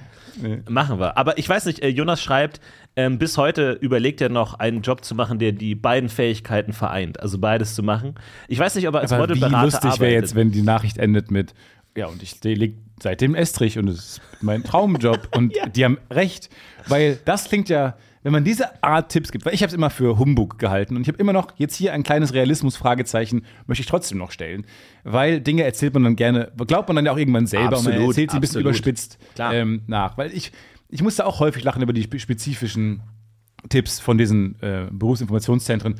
Machen wir. Aber ich weiß nicht, äh, Jonas schreibt, ähm, bis heute überlegt er noch, einen Job zu machen, der die beiden Fähigkeiten vereint. Also beides zu machen. Ich weiß nicht, ob er als
Aber wie
Modelberater
lustig wäre
arbeitet.
jetzt, wenn die Nachricht endet mit, ja, und ich liege seitdem Estrich und es ist mein
*laughs*
Traumjob. Und die haben recht, weil das klingt ja, wenn man diese Art Tipps gibt, weil ich habe es immer für Humbug gehalten und ich habe immer noch jetzt hier ein kleines Realismus-Fragezeichen, möchte ich trotzdem noch stellen, weil Dinge erzählt man dann gerne, glaubt man dann ja auch irgendwann selber und man
Absolut,
erzählt sie ein bisschen
absolut.
überspitzt
Klar.
Ähm, nach. Weil ich, ich musste auch häufig lachen über die spe- spezifischen Tipps von diesen äh, Berufsinformationszentren.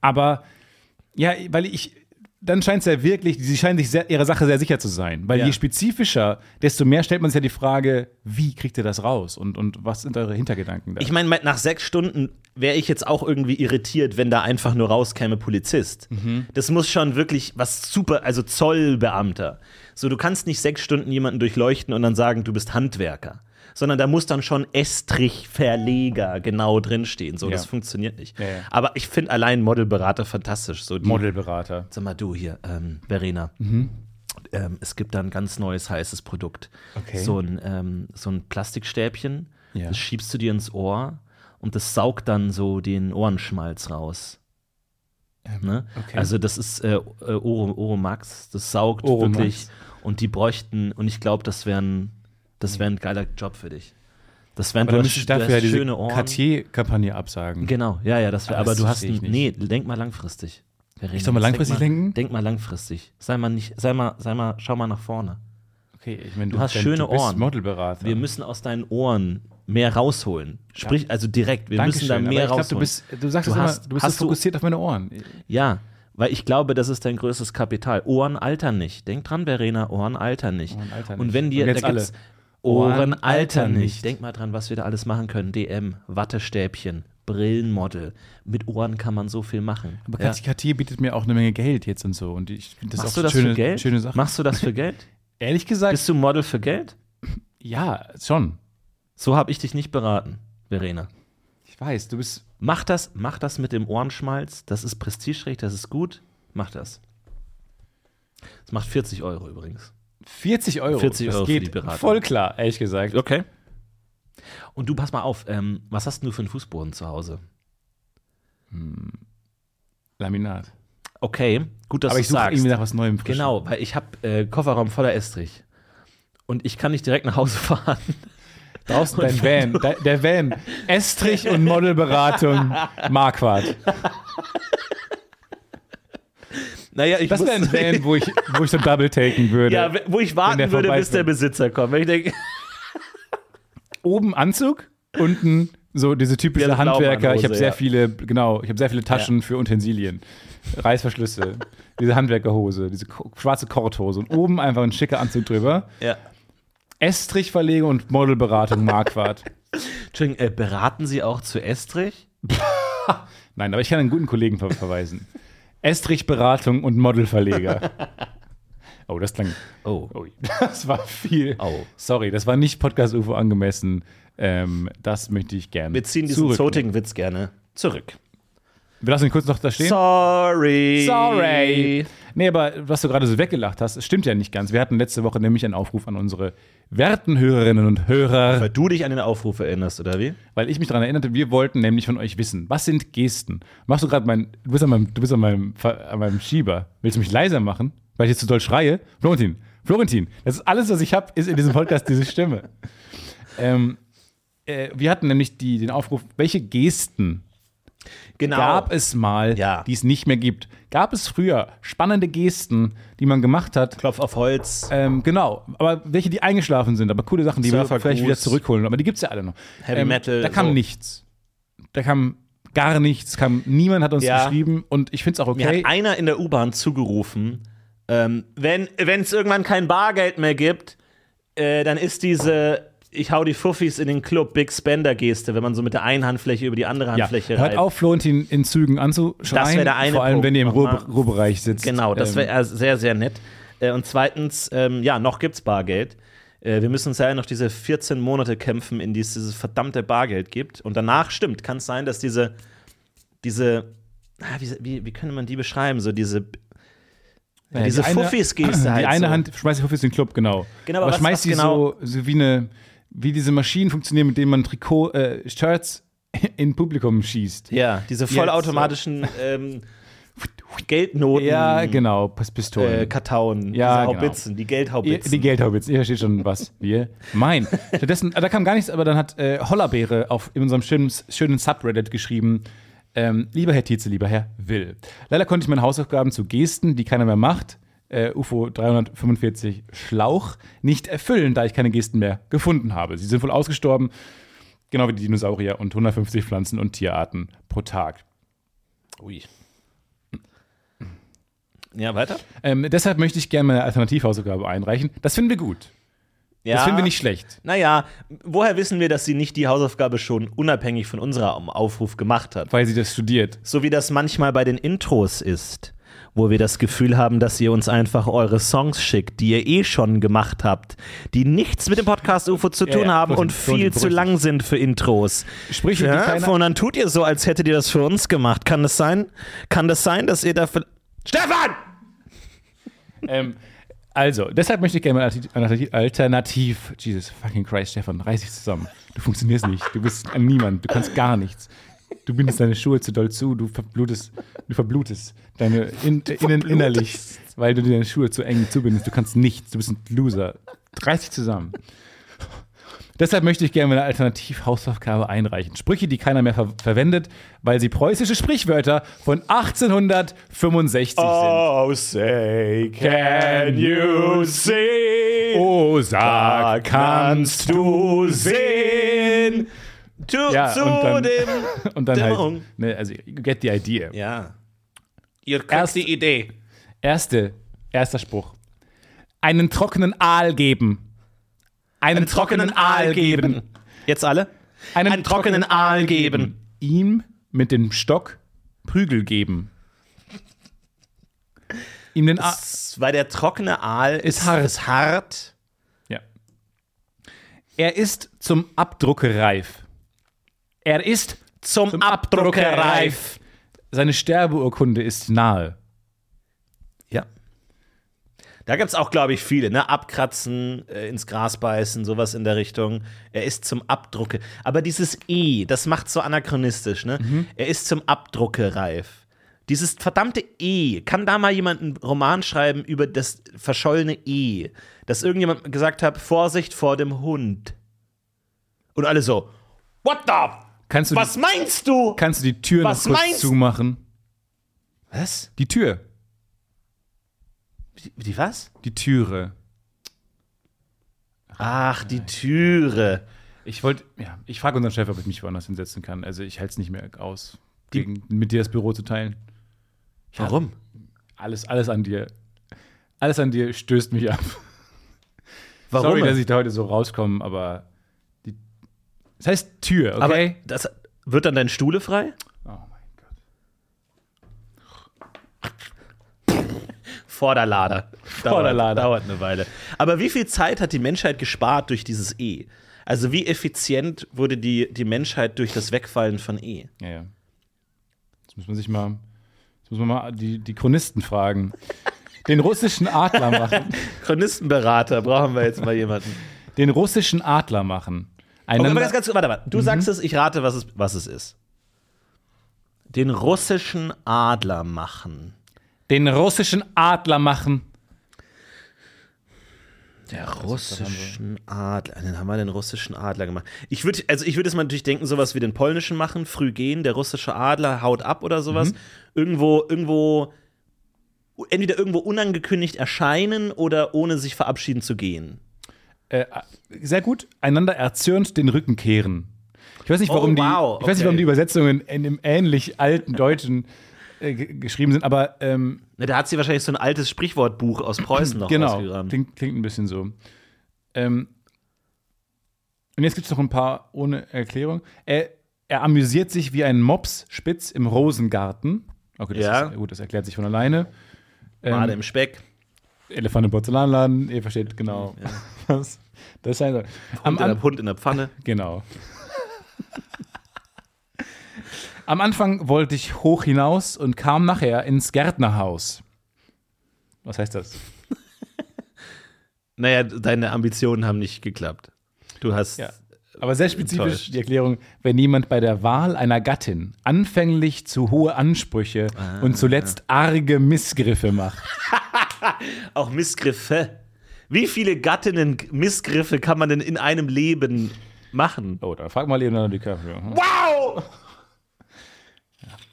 Aber ja, weil ich, dann scheint es ja wirklich, sie scheinen sich sehr, ihrer Sache sehr sicher zu sein. Weil
Ja.
je spezifischer, desto mehr stellt man sich ja die Frage, wie kriegt ihr das raus und, und was sind eure Hintergedanken da?
Ich meine, nach sechs Stunden wäre ich jetzt auch irgendwie irritiert, wenn da einfach nur rauskäme Polizist.
Mhm.
Das muss schon wirklich was super, also Zollbeamter. So, du kannst nicht sechs Stunden jemanden durchleuchten und dann sagen, du bist Handwerker. Sondern da muss dann schon Estrich-Verleger genau drinstehen. So,
Ja.
das funktioniert nicht.
Ja, ja.
Aber ich finde allein Modelberater fantastisch. So die,
Modelberater.
Sag mal, du hier, ähm, Verena.
Mhm.
Ähm, es gibt da ein ganz neues heißes Produkt.
Okay.
So ein, ähm, so ein Plastikstäbchen,
Ja.
das schiebst du dir ins Ohr und das saugt dann so den Ohrenschmalz raus. Ne?
Ähm, okay.
Also das ist äh, äh, Oro, Oromax, das saugt
Oromax.
wirklich und die bräuchten, und ich glaube, das wäre ein, das wär ein geiler Job für dich. Das wären
Mhm. Aber
du
dann
müsstest-
müsste
du
dafür ja
hast
diese
schöne Ohren.
Cartier-Kampagne absagen.
Genau, ja, ja, das wäre,
Aber
aber
das
du hast,
verstehe ich
ein, nee, denk mal langfristig.
Ich soll mal langfristig
denk mal,
denken?
Denk mal langfristig. Sei mal nicht, sei mal, sei mal, schau mal nach vorne.
Okay, ich meine,
Du hast
denn-
schöne
du bist
Ohren.
Modelberater.
Wir müssen aus deinen Ohren mehr rausholen. Sprich, also direkt, wir
Dankeschön,
müssen da mehr
aber ich glaub,
rausholen.
du bist, du sagst
Du
es immer,
hast-
du bist
hast
so
du-
fokussiert auf meine Ohren.
Ja, weil ich glaube, das ist dein größtes Kapital. Ohren altern nicht. Denk dran, Verena, Ohren altern nicht.
Ohren altern
Und
nicht.
wenn dir
Und jetzt
da gibt's
alle.
Ohren,
Ohren altern
altern nicht.
nicht.
Denk mal dran, was wir da alles machen können. DM, Wattestäbchen, Brillenmodel. Mit Ohren kann man so viel machen.
Aber
Ja.
Katja Cartier bietet mir auch eine Menge Geld jetzt und so. Und ich finde das
Machst
auch
du das
schöne,
für Geld?
schöne Sache.
Machst du das für
*laughs*
Geld?
Ehrlich gesagt,
Bist du Model für Geld?
ja, schon.
So habe ich dich nicht beraten, Verena.
Ich weiß, du bist.
Mach das, mach das mit dem Ohrenschmalz. Das ist prestigereich, das ist gut. Mach das. Das macht 40 Euro übrigens.
40 Euro.
40
das
Euro für
geht
die Beratung.
voll klar, ehrlich gesagt.
Okay. Und du, pass mal auf, ähm, was hast denn du für einen Fußboden zu Hause?
Laminat.
Okay, gut, dass
Aber
du
ich suche
sagst.
irgendwie nach was Neuem. Frischem.
genau, weil ich habe äh, Kofferraum voller Estrich. Und ich kann nicht direkt nach Hause *laughs* fahren.
Draußen dein Van, de, der Van. Estrich und Modelberatung Marquardt.
*laughs* Naja, ich
Das wäre ein
*laughs*
Van, wo ich, wo ich so double taken würde.
ja, wo ich
Wenn
warten
der
würde, bis
vorbeiführt.
der Besitzer kommt. Wenn
*laughs*
ich denke,
Oben Anzug, unten so diese typische
Ja, so
Handwerker. Ich habe
Blaumann-Hose,
sehr
ja.
viele, genau, ich habe sehr viele Taschen für Utensilien.
*laughs*
Reißverschlüsse, diese Handwerkerhose, diese ko- schwarze Korthose und oben einfach ein schicker Anzug drüber.
ja.
Estrich verlege und Modelberatung Marquardt.
Entschuldigung, äh, beraten Sie auch zu Estrich?
Nein, aber ich kann einen guten Kollegen ver verweisen. Estrich Beratung und Modelverleger. Oh, das klang.
Oh.
Ui, das war viel.
Au.
Sorry, das war nicht Podcast UFO angemessen. Ähm, das möchte ich gerne.
Wir ziehen diesen
zurück-
zotigen Witz gerne zurück.
Wir lassen ihn kurz noch da stehen.
Sorry.
Sorry. Nee, aber was du gerade so weggelacht hast, es stimmt ja nicht ganz. Wir hatten letzte Woche nämlich einen Aufruf an unsere werten Hörerinnen und Hörer,
Weil du dich an den Aufruf erinnerst, oder wie?
weil ich mich daran erinnerte, wir wollten nämlich von euch wissen, was sind Gesten? Machst du gerade mein, du bist an meinem, du bist an meinem, Ver- an meinem Schieber. Willst du mich leiser machen, weil ich jetzt zu doll schreie? Florentin, Florentin, das ist alles, was ich habe, ist in diesem Podcast diese Stimme.
*laughs*
Ähm, äh, wir hatten nämlich die, den Aufruf, welche Gesten
Genau.
gab es mal,
Ja.
die es nicht mehr gibt. Gab es früher spannende Gesten, die man gemacht hat?
Klopf auf Holz.
Ähm, genau, aber welche, die eingeschlafen sind, aber coole Sachen, die wir
Surfergruß.
vielleicht wieder zurückholen. Aber die gibt es ja alle noch. Ähm,
Heavy Metal,
Da kam
so.
nichts. Da kam gar nichts. Kam, niemand hat uns
Ja.
geschrieben und ich finde es auch
Mir
okay.
hat einer in der U-Bahn zugerufen, ähm, wenn es irgendwann kein Bargeld mehr gibt, äh, dann ist diese ich hau die Fuffis in den Club, Big Spender Geste, wenn man so mit der einen Handfläche über die andere
Ja.
Handfläche
Hört
reibt.
auf, Florentin in Zügen anzuschreien.
halt. Das wär der eine
vor allem,
Punkt.
wenn ihr im Ruhr-
Nochmal.
Ruhrbereich sitzt.
Genau, das
Ähm,
wäre sehr, sehr nett. Äh, und zweitens, ähm, ja, noch gibt's Bargeld. Äh, wir müssen uns ja noch diese 14 Monate kämpfen, in die es dieses verdammte Bargeld gibt. Und danach stimmt, kann es sein, dass diese, diese, ah, wie, wie, wie könnte man die beschreiben? So diese,
Ja,
diese
die eine-
Fuffis-Geste
Die
halt
eine
so.
Hand schmeißt die Fuffis in den Club, genau.
Genau, aber was-
schmeißt
was
die
genau-
so, so wie eine, wie diese Maschinen funktionieren, mit denen man Trikot, äh, Shirts *laughs* in Publikum schießt.
Ja, diese vollautomatischen ähm, Geldnoten,
Ja, genau, Pis- Pistolen.
äh, Kartauen,
Ja,
diese
genau.
Haubitzen, die
Ihr-
Geldhaubitzen.
Die Geldhaubitzen, ihr versteht schon was. Wir mein. *laughs* Stattdessen, da kam gar nichts, aber dann hat äh, Hollerbeere auf in unserem schönen, schönen Subreddit geschrieben. Ähm, lieber Herr Tietze, lieber Herr Will. Leider konnte ich meine Hausaufgaben zu Gesten, die keiner mehr macht, äh, UFO 345 Schlauch, nicht erfüllen, da ich keine Gesten mehr gefunden habe. Sie sind wohl ausgestorben, genau wie die Dinosaurier und 150 Pflanzen und Tierarten pro Tag.
Ui. Ja, weiter?
Ähm, deshalb möchte ich gerne meine Alternativhausaufgabe einreichen. Das finden wir gut.
Ja.
Das finden wir nicht schlecht.
Naja, woher wissen wir, dass sie nicht die Hausaufgabe schon unabhängig von unserer um, Aufruf gemacht hat?
Weil sie das studiert.
So wie das manchmal bei den Intros ist, wo wir das Gefühl haben, dass ihr uns einfach eure Songs schickt, die ihr eh schon gemacht habt, die nichts mit dem Podcast UFO zu
Ja,
tun
ja,
haben
Brüssel,
und
Brüssel,
viel zu
Brüssel.
lang sind für Intros.
Sprich, die
ja,
keiner-
und dann tut ihr so, als hättet ihr das für uns gemacht. Kann das sein? Kann das sein, dass ihr dafür. Stefan!
Ähm, also, deshalb möchte ich gerne mal Alternativ, Alternativ- Alternativ. Jesus fucking Christ, Stefan, reiß dich zusammen. Du funktionierst nicht. Du bist ein Niemand. Du kannst gar nichts. Du bindest deine Schuhe zu doll zu. Du verblutest, du verblutest deine in, innen, innerlich, weil du dir deine Schuhe zu eng zubindest. Du kannst nichts. Du bist ein Loser. Reiß dich zusammen. Deshalb möchte ich gerne eine Alternativhausaufgabe einreichen. Sprüche, die keiner mehr ver verwendet, weil sie preußische Sprichwörter von 1865
Oh, say, can you see?
sind. Oh,
Da Ah, kannst du sehen. Tu,
Ja,
zu
und dann-
dem.
Und dann
Dämmerung.
halt, ne, also you get the idea.
Ja. Ihr kriegt
Erst-
die Idee.
Erste, erster Spruch. Einen trockenen Aal geben. Einen, trockenen, Aal geben.
Jetzt alle?
Einen,
Einen trockenen Aal geben.
ihm mit dem Stock Prügel geben. Ihm den Aal.
Weil der trockene Aal ist,
hart.
ist hart.
Ja. Er ist zum Abdrucke reif. Er ist
Zum, Abdrucke reif.
Seine Sterbeurkunde ist nahe.
Ja. Da gibt es auch, glaube ich, viele, ne? Abkratzen, äh, ins Gras beißen, sowas in der Richtung. Er ist zum Abdrucke. Aber dieses I, das macht so anachronistisch, ne? Er ist zum Abdrucke reif. Dieses verdammte I, kann da mal jemand einen Roman schreiben über das verschollene I, dass irgendjemand gesagt hat, Vorsicht vor dem Hund. Und alle so, what the?
Kannst du,
Was
die,
meinst du?
kannst du die Tür
Was
noch kurz
meinst-
zumachen?
Was?
Die Tür.
Die, die was?
Die Türe.
Ach, die Türe.
Ich wollte, ja, ich frage unseren Chef, ob ich mich woanders hinsetzen kann. Also ich halte es nicht mehr aus, gegen, mit dir das Büro zu teilen.
Warum?
Alles, alles an dir. Alles an dir stößt mich ab.
Warum?
Sorry, dass ich da heute so rauskomme, aber die, das heißt Tür,
Aber
okay?
das wird dann dein Stuhle frei?
oh mein Gott.
Vorderlader. Dauert-
Vorderlader.
Dauert eine Weile. Aber wie viel Zeit hat die Menschheit gespart durch dieses E? Also wie effizient wurde die, die Menschheit durch das Wegfallen von E?
Ja, ja. Jetzt muss man sich mal, jetzt muss man mal die, die Chronisten fragen. Den russischen Adler
*laughs*
machen.
Chronistenberater brauchen wir jetzt mal *laughs* jemanden.
Den russischen Adler machen.
Okay,
Einander,
aber ganz, ganz, warte, warte. Du sagst es, ich rate, was es, was es ist. Den russischen Adler machen.
den russischen Adler machen.
Der
Also,
russischen Adler. Dann haben wir den russischen Adler gemacht. Ich würde, also ich würde es mal natürlich denken, sowas wie den polnischen machen, früh gehen, der russische Adler haut ab oder
Mhm.
sowas. Irgendwo, irgendwo, entweder irgendwo unangekündigt erscheinen oder ohne sich verabschieden zu gehen.
äh, sehr gut, einander erzürnt den Rücken kehren. Ich weiß nicht, warum,
Oh, wow,
die, ich weiß nicht, warum
okay.
die Übersetzungen in dem ähnlich alten Deutschen äh, ge- geschrieben sind, aber ähm,
Na, Ne, Da hat sie wahrscheinlich so ein altes Sprichwortbuch aus Preußen noch
genau,
rausgegraben.
klingt, klingt ein bisschen so. Ähm, und jetzt gibt es noch ein paar ohne Erklärung. Er, er amüsiert sich wie ein Mops spitz im Rosengarten. Okay, das
Ja.
ist, gut, das erklärt sich von alleine. Ähm,
Made im Speck.
Elefant im Porzellanladen, ihr versteht genau. *laughs* was Das sein soll. Am,
Und der
an,
Hund in der Pfanne.
Genau. Am Anfang wollte ich hoch hinaus und kam nachher ins Gärtnerhaus. Was heißt das?
Naja, deine Ambitionen haben nicht geklappt. Du hast.
Ja. Aber sehr spezifisch
Enttäuscht.
die Erklärung, wenn jemand bei der Wahl einer Gattin anfänglich zu hohe Ansprüche und zuletzt arge Missgriffe macht.
Auch Missgriffe. Wie viele Gattinnen Missgriffe kann man denn in einem Leben machen?
Oh, dann frag mal Leonardo DiCaprio. Hm?
Wow!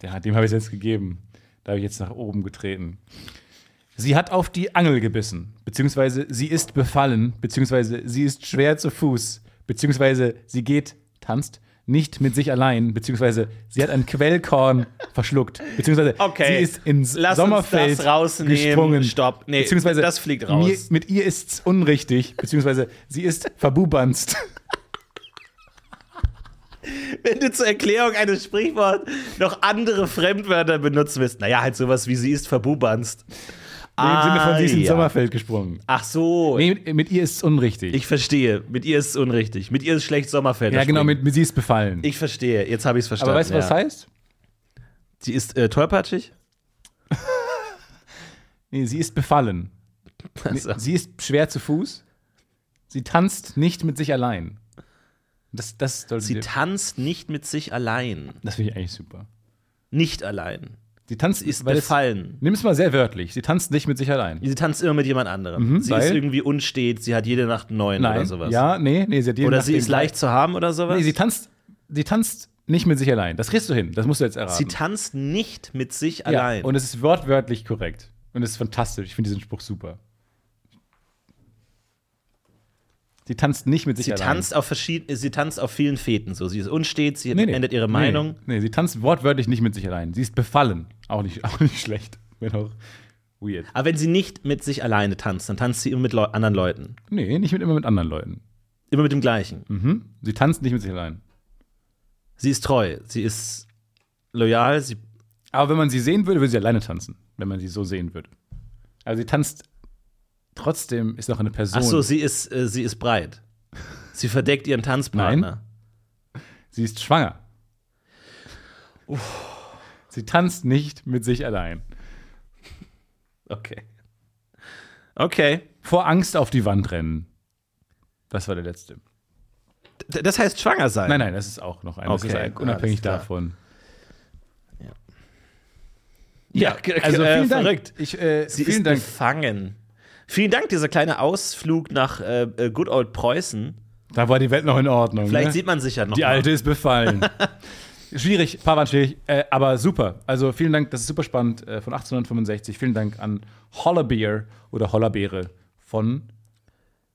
Ja, dem habe ich jetzt gegeben. Da habe ich jetzt nach oben getreten. Sie hat auf die Angel gebissen, beziehungsweise sie ist befallen, beziehungsweise sie ist schwer zu Fuß, beziehungsweise sie geht, tanzt, nicht mit sich allein, beziehungsweise sie hat ein Quellkorn *laughs* verschluckt, beziehungsweise
Okay,
sie ist ins
lass uns
Sommerfeld
das rausnehmen.
gesprungen.
Stopp. Nee,
beziehungsweise
das fliegt raus.
Mir, mit ihr ist's unrichtig, beziehungsweise sie ist *laughs* verbubanzt.
Wenn du zur Erklärung eines Sprichworts noch andere Fremdwörter benutzen willst, naja, halt sowas wie sie ist verbubanst.
Im Sinne von sie ist ins
Ah, ja.
Sommerfeld gesprungen.
Ach so.
Nee, mit, mit ihr ist's unrichtig.
Ich verstehe. Mit ihr ist es unrichtig. Mit ihr ist schlecht Sommerfeld.
ja, genau,
springen.
mit, mit sie ist befallen.
Ich verstehe. Jetzt habe ich es verstanden.
Aber weißt du, was
ja.
heißt?
Sie ist äh, tollpatschig?
Nee, sie ist befallen.
*laughs* Also,
Sie ist schwer zu Fuß. Sie tanzt nicht mit sich allein. Das, das sollte
sie
dir,
tanzt nicht mit sich allein.
Das finde ich eigentlich super.
Nicht allein.
Sie tanzt ist weil es-
befallen.
Nimm es mal sehr wörtlich. Sie tanzt nicht mit sich allein.
Sie tanzt immer mit jemand anderem. sie ist
Mhm, weil-
irgendwie unstet, sie hat jede Nacht neun
Nein,
oder sowas.
ja, nee, nee, sie hat jeden
Oder
Tag
sie
den
ist
gleichen-
leicht zu haben oder sowas.
Nee, sie tanzt, sie tanzt nicht mit sich allein. Das kriegst du hin. Das musst du jetzt erraten.
Sie tanzt nicht mit sich
ja,
allein.
Und es ist wortwörtlich korrekt. Und es ist fantastisch. Ich finde diesen Spruch super. Sie tanzt nicht mit sich
sie,
allein.
tanzt auf verschieden, sie tanzt auf vielen Fäden so. Sie ist unstet, sie
Nee, nee.
ändert ihre
Nee,
Meinung.
Nee, nee, sie tanzt wortwörtlich nicht mit sich allein. Sie ist befallen. Auch nicht, *laughs* auch nicht schlecht. Wenn auch weird.
Aber wenn sie nicht mit sich alleine tanzt, dann tanzt sie immer mit Leu anderen Leuten.
Nee, nicht mit, immer mit anderen Leuten.
Immer mit dem gleichen.
Mhm. Sie tanzt nicht mit sich allein.
Sie ist treu, sie ist loyal, sie
Aber wenn man sie sehen würde, würde sie alleine tanzen. Wenn man sie so sehen würde. Also sie tanzt trotzdem, ist noch eine Person.
Ach so, sie ist äh, sie ist breit. Sie verdeckt ihren Tanzpartner.
Sie ist schwanger. Sie tanzt nicht mit sich allein.
Okay. Okay.
Vor Angst auf die Wand rennen. Das war der letzte.
D das heißt schwanger sein.
Nein, nein, das ist auch noch ein. Das
Okay,
ist ein,
alles
unabhängig
klar.
davon.
Ja,
Also vielen Dank.
verrückt.
Ich, äh,
Sie
vielen
ist
Dank.
befangen. Vielen Dank, dieser kleine Ausflug nach äh, äh, Good Old Preußen.
Da war die Welt noch in Ordnung.
Vielleicht
ne?
sieht man sich ja noch.
Die
mal.
alte ist befallen. *laughs* schwierig, paar waren schwierig, äh, aber super. Also vielen Dank, das ist super spannend äh, von 1865. Vielen Dank an Hollerbeer oder Hollerbeere von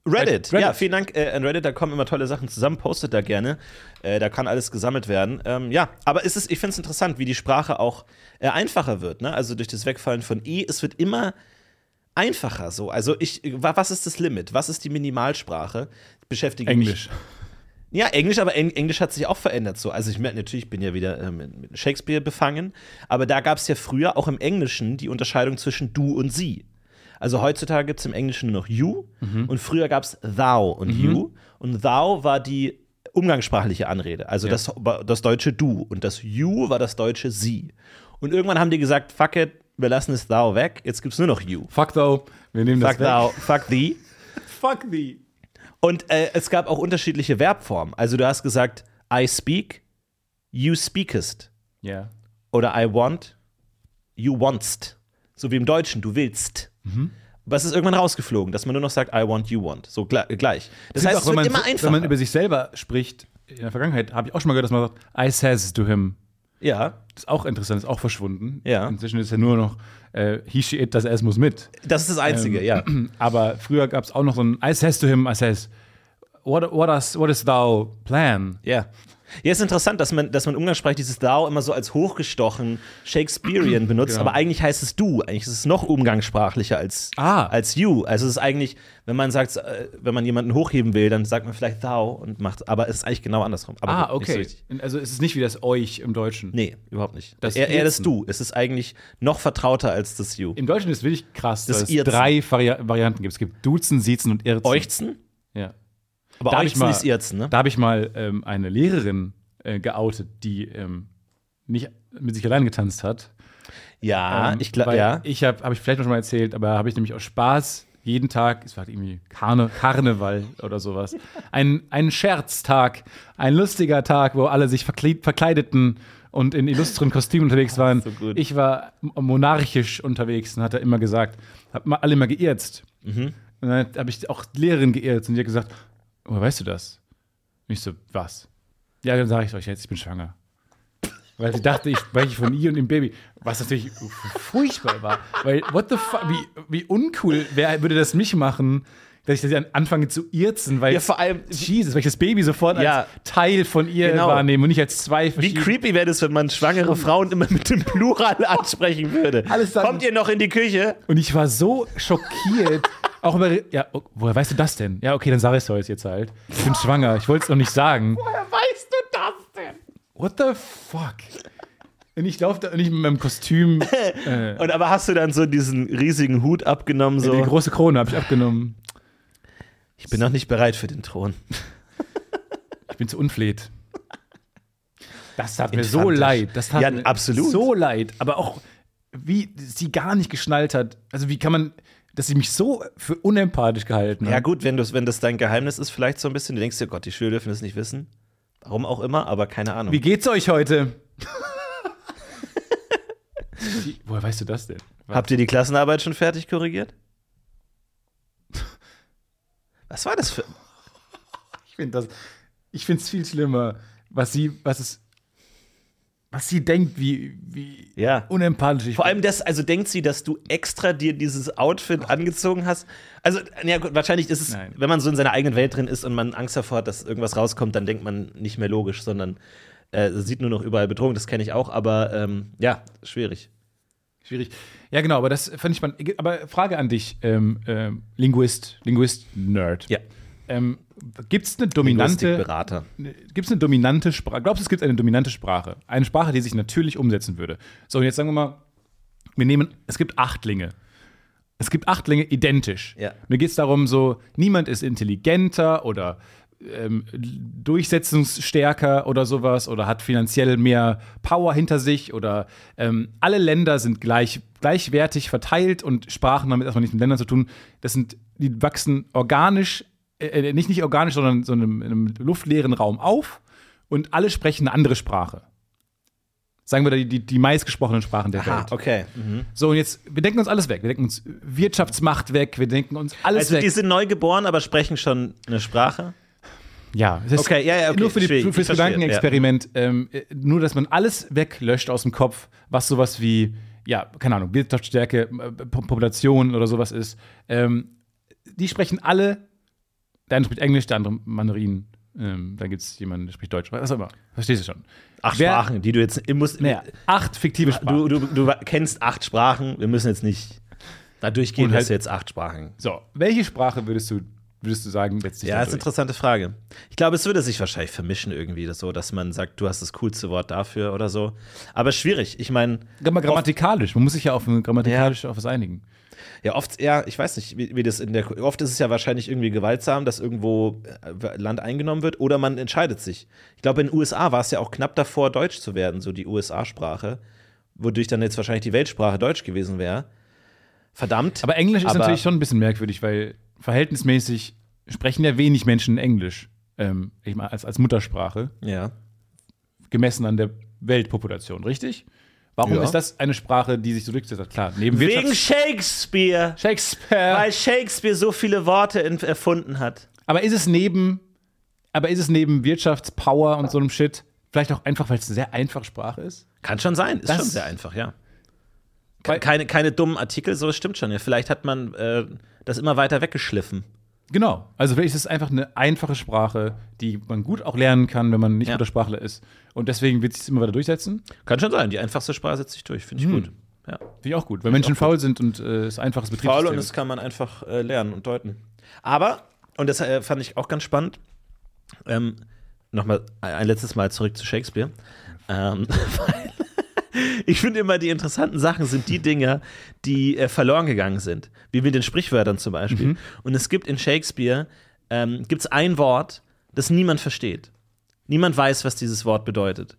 Reddit.
Reddit.
Ja, vielen Dank äh, an Reddit. Da kommen immer tolle Sachen zusammen. Postet da gerne. Äh, da kann alles gesammelt werden. Ähm, ja, aber es ist, ich finde es interessant, wie die Sprache auch äh, einfacher wird. Ne? Also durch das Wegfallen von i, es wird immer einfacher. So, also ich, wa- was ist das Limit? Was ist die Minimalsprache? Ich beschäftige
Englisch.
Mich. Ja, Englisch, aber Eng Englisch hat sich auch verändert. So, also ich merke natürlich, ich bin ja wieder äh, mit, mit Shakespeare befangen. Aber da gab es ja früher auch im Englischen die Unterscheidung zwischen du und sie. Also heutzutage gibt es im Englischen nur noch you
Mhm.
und früher gab es thou und you. Und thou war die umgangssprachliche Anrede, also das, das deutsche du und das you war das deutsche sie. Und irgendwann haben die gesagt, fuck it, wir lassen es thou weg, jetzt gibt es nur noch you.
Fuck though, wir nehmen das
Fuck
weg.
thou, fuck thee.
Fuck thee.
Und äh, es gab auch unterschiedliche Verbformen. Also du hast gesagt, I speak, you speakest.
Ja.
Oder I want, you wantst. So wie im Deutschen, du willst.
Mhm.
Aber es ist irgendwann rausgeflogen, dass man nur noch sagt, I want, you want. So gla- gleich. Das heißt,
auch,
es
wenn
wird
man,
immer einfacher.
Wenn man über sich selber spricht, in der Vergangenheit habe ich auch schon mal gehört, dass man sagt, I says to him.
ja,
Das ist auch interessant, ist auch verschwunden.
Ja.
Inzwischen ist ja nur noch äh, he, she, it, das S muss mit.
das ist das Einzige,
Ähm.
ja.
Aber früher gab es auch noch so ein I says to him, I says, what, what, is, what is thou plan?
Ja. Ja, ist interessant, dass man, dass man umgangssprachlich dieses Thou immer so als hochgestochen
*clears throat*
Shakespearean benutzt,
Genau.
aber eigentlich heißt es Du. Eigentlich ist es noch umgangssprachlicher als,
Ah.
als You. Also es ist eigentlich, wenn man sagt, äh, wenn man jemanden hochheben will, dann sagt man vielleicht Thou und macht, aber es ist eigentlich genau andersrum. Aber
Ah,
gut, nicht so
okay.
richtig.
Also es ist nicht wie das euch im Deutschen.
Nee, überhaupt nicht.
Das
er, er das
Irzen.
Du. Es ist eigentlich noch vertrauter als das You.
Im Deutschen ist wirklich krass,
Das
dass es
Irzen.
drei Vari Varianten gibt. Es gibt Duzen, Siezen und Irzen.
Euchzen?
Ja.
Aber
Da hab ich
Euchzen
mal-
ist Irzen, ne?
Da habe ich mal ähm, eine Lehrerin äh, geoutet, die ähm, nicht mit sich allein getanzt hat.
Ja,
Ähm,
ich glaube,
weil
ja.
Ich habe hab ich vielleicht noch schon mal erzählt, aber habe ich nämlich aus Spaß jeden Tag, es war irgendwie Karne, Karneval oder sowas, ein, ein Scherztag, ein lustiger Tag, wo alle sich verkle- verkleideten und in illustren Kostümen
*laughs*
unterwegs waren.
so gut.
ich war m- monarchisch unterwegs und hat er immer gesagt, hab mal alle mal geirzt.
Mhm.
Und dann habe ich auch Lehrerin geirzt und die hat gesagt, woher weißt du das? Und ich so, was? Ja, dann sage ich euch jetzt, ich bin schwanger. Weil sie dachte, ich spreche von ihr und dem Baby. Was natürlich furchtbar war. Weil, what the fuck, wie, wie uncool, wer würde das mich machen, dass ich das dann anfange zu irzen, weil,
Ja, vor allem-
Jesus, weil ich das Baby sofort
Ja.
als Teil von ihr
Genau.
wahrnehme und nicht als zwei
Wie
verschiedene.
creepy wäre das, wenn man schwangere Frauen immer mit dem *laughs* Plural ansprechen würde?
Alles dann-
Kommt ihr noch in die Küche?
Und ich war so schockiert. Auch über, ja, oh, woher weißt du das denn? Ja, okay, dann sage ich es jetzt halt. Ich bin schwanger, ich wollte es noch nicht sagen.
Woher weißt du das denn?
What the fuck? Und ich laufe da nicht mit meinem Kostüm. Äh,
Und aber hast du dann so diesen riesigen Hut abgenommen,
Die
so?
große Krone habe ich abgenommen.
Ich bin noch nicht bereit für den Thron.
Ich bin zu unfleht. Das tat mir so
Infantisch.
leid. Das tat
Ja,
mir
absolut.
so leid. Aber auch, wie sie gar nicht geschnallt hat. Also, wie kann man, dass sie mich so für unempathisch gehalten
Ja,
hat.
gut, wenn, du's- wenn das dein Geheimnis ist, vielleicht so ein bisschen. Du denkst dir, Gott, die Schüler dürfen das nicht wissen.
*laughs*
Warum auch immer, aber keine Ahnung.
Wie geht's euch heute? Die, woher weißt du das denn?
Habt ihr die Klassenarbeit schon fertig korrigiert? Was war das für.
Ich finde das, ich finde es viel schlimmer, was sie, was es, was sie denkt, wie, wie
Ja.
unempathisch ich
Vor allem das, also denkt sie, dass du extra dir dieses Outfit angezogen hast? Also, ja gut, wahrscheinlich ist es,
Oh. Nein.
wenn man so in seiner eigenen Welt drin ist und man Angst davor hat, dass irgendwas rauskommt, dann denkt man nicht mehr logisch, sondern äh, sieht nur noch überall Bedrohung, das kenne ich auch, aber ähm, ja, schwierig.
Schwierig. Ja, genau, aber das fand ich spannend. Aber Frage an dich, ähm, ähm, Linguist, Linguist-Nerd.
Ja.
Ähm, gibt es eine dominante, ne,
Berater.
gibt's eine dominante Sprache? Glaubst du, es gibt eine dominante Sprache? Eine Sprache, die sich natürlich umsetzen würde. So, und jetzt sagen wir mal, wir nehmen, es gibt Achtlinge. Es gibt Achtlinge identisch.
Ja.
Mir geht es darum, so, niemand ist intelligenter oder ähm, durchsetzungsstärker oder sowas oder hat finanziell mehr Power hinter sich oder ähm, alle Länder sind gleich, gleichwertig verteilt und Sprachen haben jetzt erstmal nichts mit Ländern zu tun. Das sind, die wachsen organisch, äh, äh, nicht nicht organisch, sondern so in einem, in einem luftleeren Raum auf und alle sprechen eine andere Sprache. Sagen wir da die, die, die meistgesprochenen Sprachen der
Ah,
Welt.
okay. Mhm.
So, und jetzt, wir denken uns alles weg. Wir denken uns Wirtschaftsmacht weg, wir denken uns alles
Also, die
weg.
sind neu geboren, aber sprechen schon eine Sprache?
Ja, es ist
Okay, ja, ja, okay,
nur für, die,
schwierig,
für
ich
das
verstehe,
Gedankenexperiment, ähm, äh, nur dass man alles weglöscht aus dem Kopf, was sowas wie, ja, keine Ahnung, Wirtschaftsstärke, äh, Po- Population oder sowas ist. Ähm, die sprechen alle, der eine spricht Englisch, der andere Mandarin. Ähm, dann gibt es jemanden, der spricht Deutsch. Was auch immer. Verstehst du schon?
Acht
Wer-
Sprachen, die du jetzt. Ihr musst,
Naja, acht fiktive Sprachen.
du, du, du kennst acht Sprachen, wir müssen jetzt nicht. Da durchgehen,
Und halt-
dass du jetzt acht Sprachen
so, welche Sprache würdest du, würdest du sagen, letztlich
Ja, das ist eine interessante Frage. Ich glaube, es würde sich wahrscheinlich vermischen irgendwie, das so, dass man sagt, du hast das coolste Wort dafür oder so. Aber schwierig. Ich meine,
Gra- Grammatikalisch, man muss sich ja auf grammatikalisch auf was einigen.
ja, oft, ja, ich weiß nicht, wie, wie das in der, oft ist es ja wahrscheinlich irgendwie gewaltsam, dass irgendwo äh, Land eingenommen wird oder man entscheidet sich. Ich glaube, in den USA war es ja auch knapp davor, Deutsch zu werden, so die USA-Sprache, wodurch dann jetzt wahrscheinlich die Weltsprache Deutsch gewesen wäre. Verdammt.
Aber Englisch ist
Aber-
natürlich schon ein bisschen merkwürdig, weil verhältnismäßig sprechen ja wenig Menschen Englisch. Ähm, ich meine, als, als Muttersprache,
Ja.
gemessen an der Weltpopulation, richtig? Warum
Ja.
ist das eine Sprache, die sich so durchgesetzt hat? Klar, neben
Wegen
Wirtschafts-
Shakespeare.
Shakespeare.
Weil Shakespeare so viele Worte in, erfunden hat.
Aber ist es neben, aber ist es neben Wirtschaftspower und so einem Shit vielleicht auch einfach, weil es eine sehr einfache Sprache ist?
Kann schon sein, ist
Das-
schon sehr einfach, ja.
Weil-
Ke- Keine, keine dummen Artikel, so es stimmt schon. Ja, vielleicht hat man äh, das immer weiter weggeschliffen.
Genau. Also vielleicht ist es einfach eine einfache Sprache, die man gut auch lernen kann, wenn man nicht
Ja.
Muttersprachler ist. Und deswegen wird sich immer weiter durchsetzen.
Kann schon sein, die einfachste Sprache setzt sich durch,
Hm.
finde ich gut. Ja.
Finde ich auch gut, weil Menschen faul sind und äh, es einfaches
Faul
Betriebssystem
und das kann man einfach äh, lernen und deuten. Aber, und das äh, fand ich auch ganz spannend, ähm, nochmal ein ein letztes Mal zurück zu Shakespeare. Ähm, *laughs* weil ich finde immer, die interessanten Sachen sind die Dinge, die äh, verloren gegangen sind. Wie mit den Sprichwörtern zum Beispiel. Und es gibt in Shakespeare ähm, gibt's ein Wort, das niemand versteht. Niemand weiß, was dieses Wort bedeutet.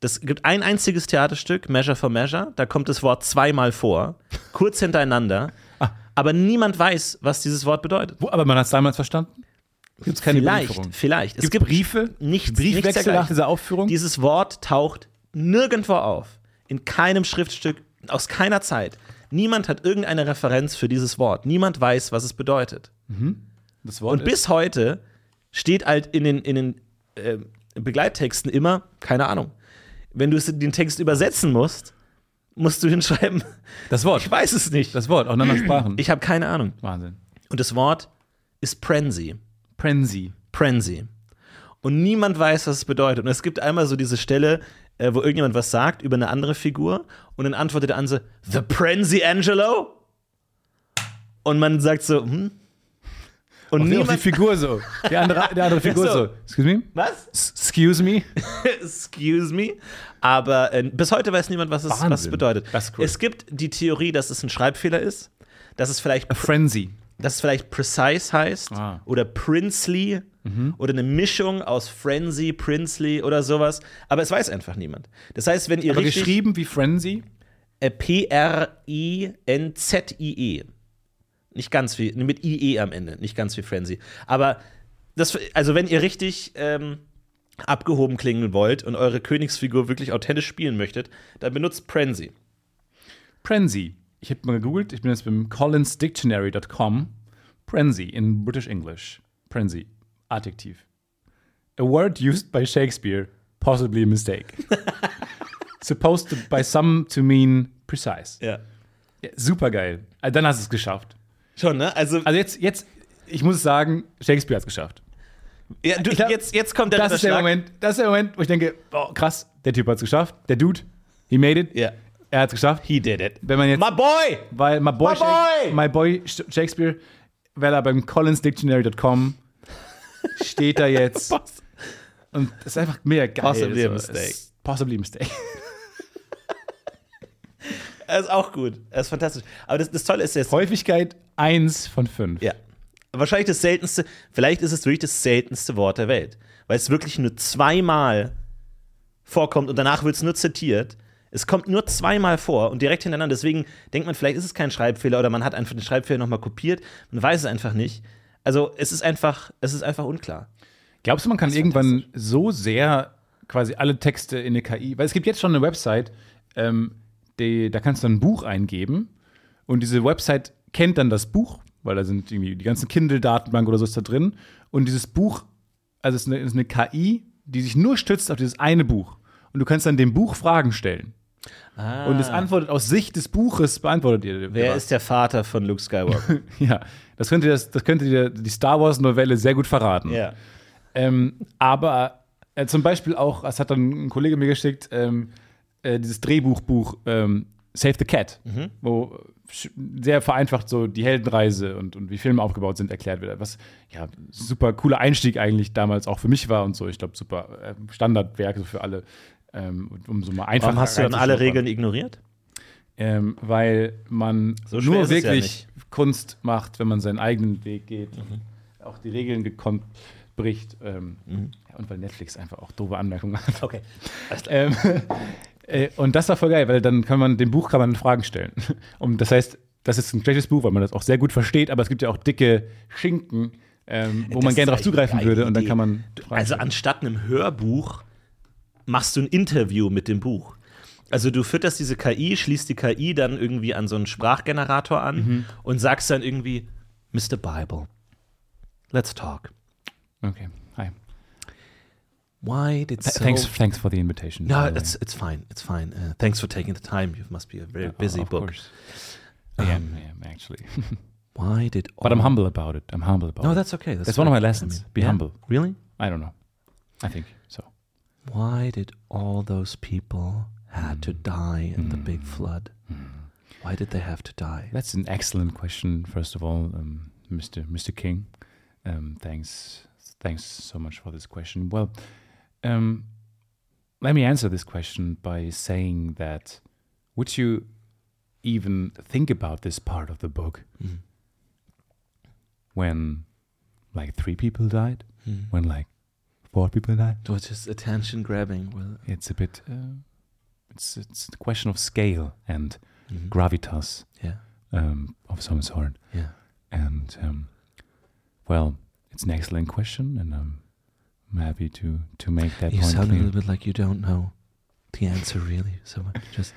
Das gibt ein einziges Theaterstück, Measure for Measure, da kommt das Wort zweimal vor, kurz hintereinander, aber niemand weiß, was dieses Wort bedeutet.
Wo, aber man hat es damals verstanden? Gibt es keine Überlieferung?
Vielleicht, vielleicht.
Gibt's Briefe?
nichts, nichts
Briefwechsel nach
dergleichen.
dieser Aufführung?
Dieses Wort taucht nirgendwo auf. In keinem Schriftstück, aus keiner Zeit. Niemand hat irgendeine Referenz für dieses Wort. Niemand weiß, was es bedeutet.
das Wort
Und bis heute steht halt in den, in den äh, Begleittexten immer, keine Ahnung. Wenn du es- den Text übersetzen musst, musst du *laughs* hinschreiben,
ist, das Wort.
ich weiß es nicht.
Das Wort, auch in anderen Sprachen.
Ich habe keine Ahnung.
Wahnsinn.
Und das Wort ist Prenzy.
Prenzy.
Prenzy. Und niemand weiß, was es bedeutet. Und es gibt einmal so diese Stelle, äh, wo irgendjemand was sagt über eine andere Figur und dann antwortet der andere, The Prenzy Angelo? Und man sagt so, hm? Und
Und auch die
niemand.
Figur so. Die andere, der andere Figur
*laughs* Ach so.
so. Excuse me?
Was?
S- Excuse me?
Excuse me. Aber äh, bis heute weiß niemand, was es, was es
Wahnsinn.
bedeutet.
Das ist cool.
Es gibt die Theorie, dass es ein Schreibfehler ist, dass es vielleicht,
A frenzy.
dass es vielleicht precise heißt
Ah.
oder princely oder eine Mischung aus frenzy, princely oder sowas. Aber es weiß einfach niemand. Das heißt, wenn ihr
Aber
richtig,
geschrieben wie frenzy?
äh, P-R-I-N-Z-I-E. E. Nicht ganz wie, mit IE am Ende, nicht ganz wie Frenzy. Aber das, also wenn ihr richtig ähm, abgehoben klingen wollt und eure Königsfigur wirklich authentisch spielen möchtet, dann benutzt Frenzy.
Prenzi. Ich habe mal gegoogelt, ich bin jetzt beim collinsdictionary.com. Prenzi in British English. Prenzi, Adjektiv. A word used by Shakespeare, possibly a
*laughs*
mistake. Supposed to, by some to mean precise.
Ja.
Ja, Super geil. Also dann hast du es geschafft.
Schon, ne? Also,
Also jetzt, jetzt, ich muss sagen, Shakespeare hat es geschafft.
ja, du,
ich glaub,
jetzt, jetzt kommt der
Das ist der
Ritterschlag.
Moment, das ist der Moment, wo ich denke, boah, krass, der Typ hat es geschafft. Der Dude, he made it.
Ja.
Er hat es geschafft.
He did it.
Wenn man jetzt,
My boy!
weil my boy,
My boy!
my boy Sh- Shakespeare, weil er beim collinsdictionary.com steht da jetzt. Und das ist einfach mega geil. Also,
Possibly a
Es
mistake.
ist Possibly a mistake.
Er ist auch gut. Er ist fantastisch. Aber das, das Tolle ist jetzt.
Häufigkeit 1 von 5.
Ja. Wahrscheinlich das seltenste, vielleicht ist es wirklich das seltenste Wort der Welt, weil es wirklich nur zweimal vorkommt und danach wird es nur zitiert. Es kommt nur zweimal vor und direkt hintereinander. Deswegen denkt man, vielleicht ist es kein Schreibfehler oder man hat einfach den Schreibfehler nochmal kopiert. Man weiß es einfach nicht. Also es ist einfach, es ist einfach unklar.
Glaubst du, man kann irgendwann so sehr quasi alle Texte in eine KI, weil es gibt jetzt schon eine Website, ähm, die, da kannst du ein Buch eingeben und diese Website kennt dann das Buch, weil da sind irgendwie die ganzen Kindle-Datenbank oder so ist da drin und dieses Buch, also es ist eine, ist eine KI, die sich nur stützt auf dieses eine Buch und du kannst dann dem Buch Fragen stellen und es antwortet aus Sicht des Buches beantwortet ihr dir
Ah. Wer
was.
ist der Vater von Luke *laughs* Skywalker?
ja das könnte das, das könnte dir die Star Wars Novelle sehr gut verraten
ja.
ähm, aber äh, zum Beispiel auch, das hat dann ein Kollege mir geschickt, ähm, äh, dieses Drehbuchbuch ähm, Save the Cat,
Mhm.
wo sch- sehr vereinfacht so die Heldenreise und, und wie Filme aufgebaut sind erklärt wird. Was ja super cooler Einstieg eigentlich damals auch für mich war und so. Ich glaube, super ähm, Standardwerk so für alle, ähm, um so mal einfach
Warum hast du dann alle
reinzuschnuppern.
Regeln ignoriert?
Ähm, weil man
So schwer
nur
ist es ja
wirklich Kunst macht, wenn man seinen eigenen Weg geht,
Mhm.
und auch die Regeln gekonnt bricht. Ähm, ja, und weil Netflix einfach auch doofe Anmerkungen hat.
Mhm. *laughs* Okay.
Ähm, *laughs* äh, und das war voll geil, weil dann kann man, dem Buch kann man Fragen stellen. *laughs* Und das heißt, das ist ein schlechtes Buch, weil man das auch sehr gut versteht, aber es gibt ja auch dicke Schinken, ähm, wo man
Das
gerne
ist
darauf zugreifen
eigentlich eine
würde und dann
Idee.
kann man.
Du-
Fragen
Also
stellen.
anstatt einem Hörbuch machst du ein Interview mit dem Buch. Also du fütterst diese KI, schließt die KI dann irgendwie an so einen Sprachgenerator an
Mhm.
und sagst dann irgendwie, Mr. Bible, let's talk.
Okay, hi.
Why did so
thanks, thanks for the invitation.
No,
by the way.
it's, it's fine, it's fine. Uh, thanks for taking the time. You must be a very busy
Of
book.
course. I am, I am actually.
Why did all...
But I'm humble about it. I'm humble about
No,
it.
that's okay. That's,
That's one of
fine.
my lessons. Be
yeah.
humble.
Really?
I don't know. I think so.
Why did all those people had to
Mm.
die in the big flood? Why did they have to die?
That's an excellent question. First of all, um, Mr. Mr. King, um, thanks thanks so much for this question. Well, um, let me answer this question by saying that would you even think about this part of the book
Mm.
when like three people died, when like four people died?
It was just Mm. attention grabbing. Well,
It's a bit. Uh, it's it's a question of scale and gravitas
mm. yeah,
um, of some sort.
yeah.
And um, well, it's an excellent question, and I'm I'm happy to to make that
You
point
sound a
clear.
little bit like you don't know the answer really so
*laughs*
much. Just,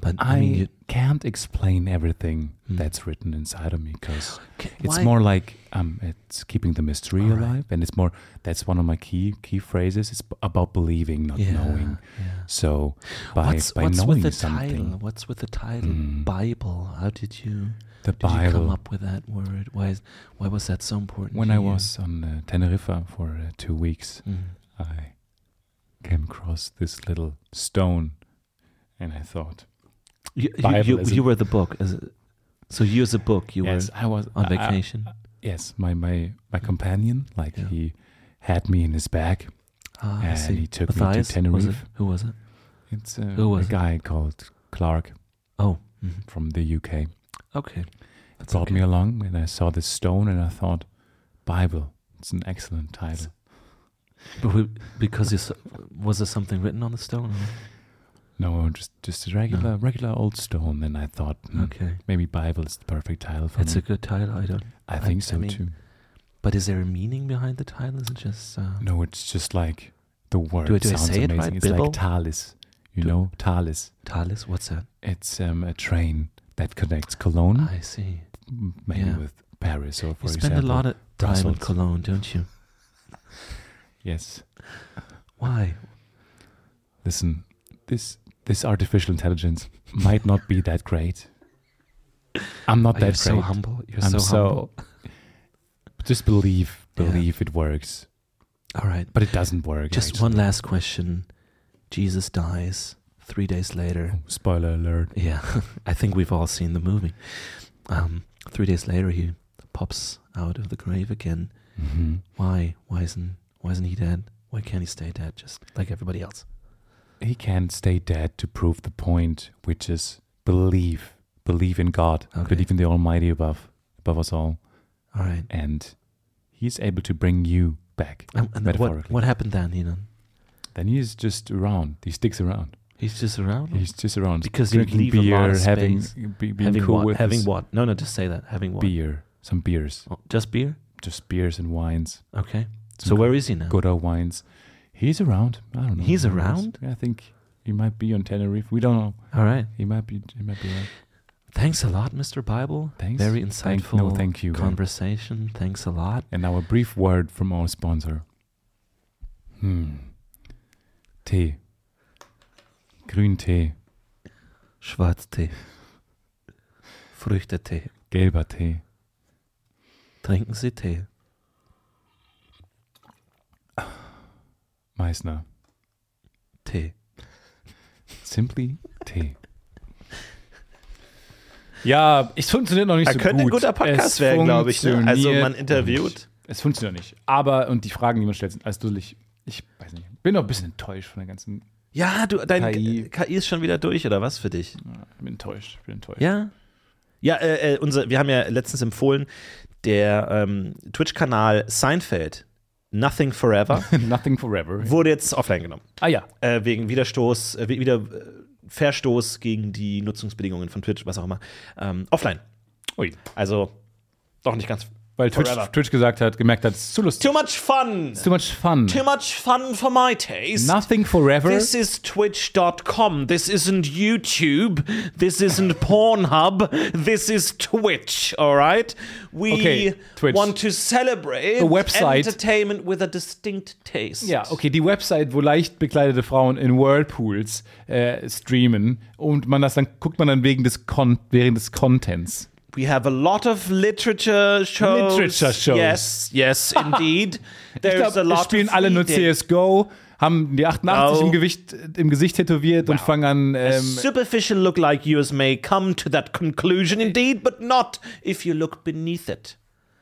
but I,
I
mean, you,
can't explain everything
Mm.
that's written inside of me because
K-
it's
Mm. why-
more like um, it's keeping the mystery
All right.
alive, and it's more that's one of my key key phrases. It's b- about believing, not
yeah,
knowing.
yeah.
So by
what's
by
what's
knowing
with the
something,
title? What's with the title?
Mm.
Bible. How did you
the
did you come
Bible.
up with that word? Why is, why was that so important?
When
to
I
you?
was on uh, Tenerife for uh, two weeks,
Mm.
I came across this little stone, and I thought,
you, you,
Bible
you,
is a-
you were the book. As a, so you as a book, you
yes,
were
I was
on
I- I-
vacation.
yes, my my my companion, like
Yeah.
he had me in his bag.
ah, I
and
see.
he took me to
Matthias, Was it?
Tenerife.
Who was it?
It's uh,
Who
a
was it?
guy called Clark
Oh, mhm.
from the UK.
okay. That's
brought
okay.
me along, and I saw this stone, and I thought, Bible. It's an excellent title.
But we, because you, s- was there something written on the stone?
Mm-hmm.
or-
No, just just a regular regular old stone. And I thought, hmm,
Okay,
maybe Bible is the perfect title for
that's a
me.
good title. I don't.
I
I-
think
I
so
mean,
too.
But is there a meaning behind the title? Is it just? Uh,
No, it's just like the word
Do I- do I
sounds
say it
amazing.
right?
It's
Bibble?
like talis. You know, Thales.
Thales, what's that?
It's um, a train that connects Cologne,
I see.
maybe
yeah.
with Paris or Mm-hmm. for
You spend
example.
a lot of time in
Brussels.
Cologne, don't you?
yes.
Why?
Listen, this this artificial intelligence *laughs* might not be that great. I'm not
Are you
that
so
great.
humble? You're
I'm
so, humble.
so- Just believe,
Yeah.
believe it works.
All right.
But it doesn't work.
Just one last question. Jesus dies three days later.
actually. spoiler alert.
Yeah, *laughs* I think we've all seen the movie. Um, three days later, he pops out of the grave again.
Mhm.
Why? Why isn't Why isn't he dead? Why can't he stay dead, just like everybody else?
He can't stay dead to prove the point, which is believe, believe in God,
Okay.
believe in the Almighty above above us all,
All right.
and He's able to bring you back.
Um, and then what
metaphorically.
What happened then, Enon?
Then he's just around. He sticks around.
He's just around.
He's just around.
Because you
drinking
leave a lot
beer,
of
having
space.
be, being
having
cool
what?
with
Having
his
what? No, no. Just say that. Having what?
beer, some beers,
Oh, just beer.
just beers and wines.
Okay.
Some
so where is he now?
good old wines. He's around. I don't know.
He's
where he is.
around?
I think he might be on Tenerife. We don't know.
All right.
He might be. He might be. Around.
Thanks a lot, Mr. Bible.
Thanks.
Very
Thank-
insightful
no, thank you. man.
conversation. Thanks a lot.
And now a brief word from our sponsor. Hmm. Tee. Grüntee,
Schwarztee. Früchtetee.
gelber Tee.
Trinken Sie Tee.
Meißner.
Tee.
Simply Tee. Ja, es funktioniert noch nicht so gut. Es
ne? Also
funktioniert nicht. Es funktioniert nicht. Aber, und die Fragen, die man stellt, sind alles dusselig. Ich weiß nicht. Bin noch ein bisschen enttäuscht von der ganzen.
Ja, du, dein
KI.
KI. ist schon wieder durch, oder was für dich?
Ich bin enttäuscht. Ich bin enttäuscht.
Ja. Ja, äh, äh, unser, wir haben ja letztens empfohlen, der ähm, Twitch-Kanal Seinfeld, Nothing Forever,
*laughs* Nothing forever.
wurde jetzt offline genommen.
Ah ja.
Äh, wegen Widerstoß, äh, wieder äh, Verstoß gegen die Nutzungsbedingungen von Twitch, was auch immer. Ähm, offline.
Ui.
Also, doch nicht ganz.
Weil Twitch,
Forever.
Twitch gesagt hat, gemerkt hat, es ist zu lustig.
Too much fun!
Too much fun.
Too much fun for my taste.
Nothing forever.
This is twitch.com. This isn't YouTube.
*laughs*
This isn't Pornhub. This is Twitch, all right? We
Okay, Twitch.
want to celebrate
The website.
entertainment with a distinct taste.
ja, okay, die Website, wo leicht bekleidete Frauen in Whirlpools äh, streamen und man das dann guckt man dann wegen des Con während des Contents.
We have a lot of literature shows.
Literature shows.
Yes,
*laughs*
yes, indeed. There's
Ich
a
glaube,
lot
spielen
of
alle nur
reading.
CS:GO, haben die 88
Oh.
im Gewicht im Gesicht tätowiert und fangen an ähm,
Superficial look like yours may come to that conclusion, indeed, but not if you look beneath it.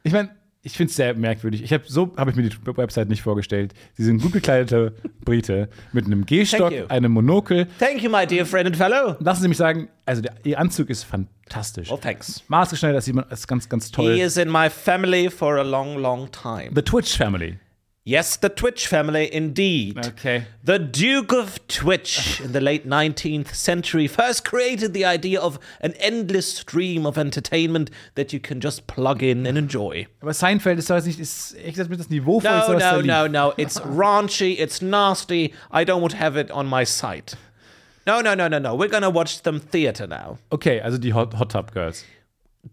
Ich meine, ich finde es sehr merkwürdig. Ich hab, so habe ich mir die Website nicht vorgestellt. Sie sind gut gekleidete Brite mit einem
Thank you.
Gehstock, einem Monokel.
Thank you, my dear friend and fellow.
Lassen Sie mich sagen, also der, Ihr Anzug ist fantastisch.
Well, thanks.
Maßgeschneidert, das sieht man, das ist ganz, ganz
Oh, He
toll.
is in my family for a long, long time.
The Twitch Family.
Yes, the Twitch family, indeed.
Okay.
The Duke of Twitch in the late 19th century first created the idea of an endless stream of entertainment that you can just plug in and enjoy.
Aber Seinfeld ist doch jetzt nicht, ist ehrlich gesagt mit das Niveau von
No,
was da
no,
lief.
no, no.
*laughs*
It's raunchy. It's nasty. I don't want to have it on my site. No, no, no, no, no. We're going to watch them theater now.
Okay, also die Hot, Hot Tub Girls.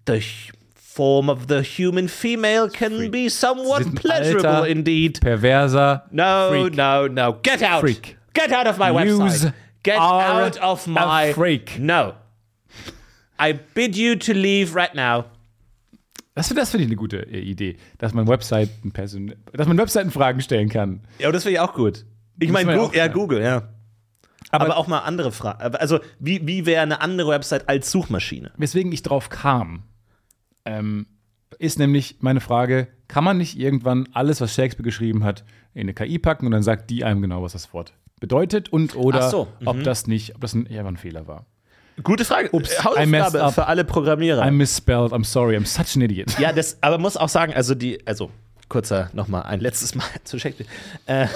The hu- form of the human female can be somewhat
Sind
pleasurable
alter,
indeed.
Perverser.
No,
Freak.
no, no. Get out.
Freak.
Get out of my
Yous
website. Get
are
out of
a
my.
freak.
No. I bid you to leave right now.
Das, das finde ich eine gute äh, Idee, dass man Webseiten, Person, dass man Webseiten Fragen stellen kann.
Ja, das finde ich auch gut. Ich
mein,
meine,
Gu- ja,
ja, Google, ja. Aber, auch mal andere Fragen. Also, wie, wie wäre eine andere Website als Suchmaschine?
weswegen ich drauf kam, ähm, ist nämlich meine Frage, kann man nicht irgendwann alles, was Shakespeare geschrieben hat, in eine KI packen und dann sagt die einem genau, was das Wort bedeutet und oder
Ach so, mhm.
ob das nicht, ob das ein, eher ein Fehler war.
Gute Frage.
Ups,
Ups,
I messed
Hausaufgabe
up.
für alle Programmierer.
I misspelled, I'm sorry, I'm such an idiot.
ja, das, aber muss auch sagen, also die, also kurzer nochmal ein letztes Mal *laughs* zu Shakespeare. Äh,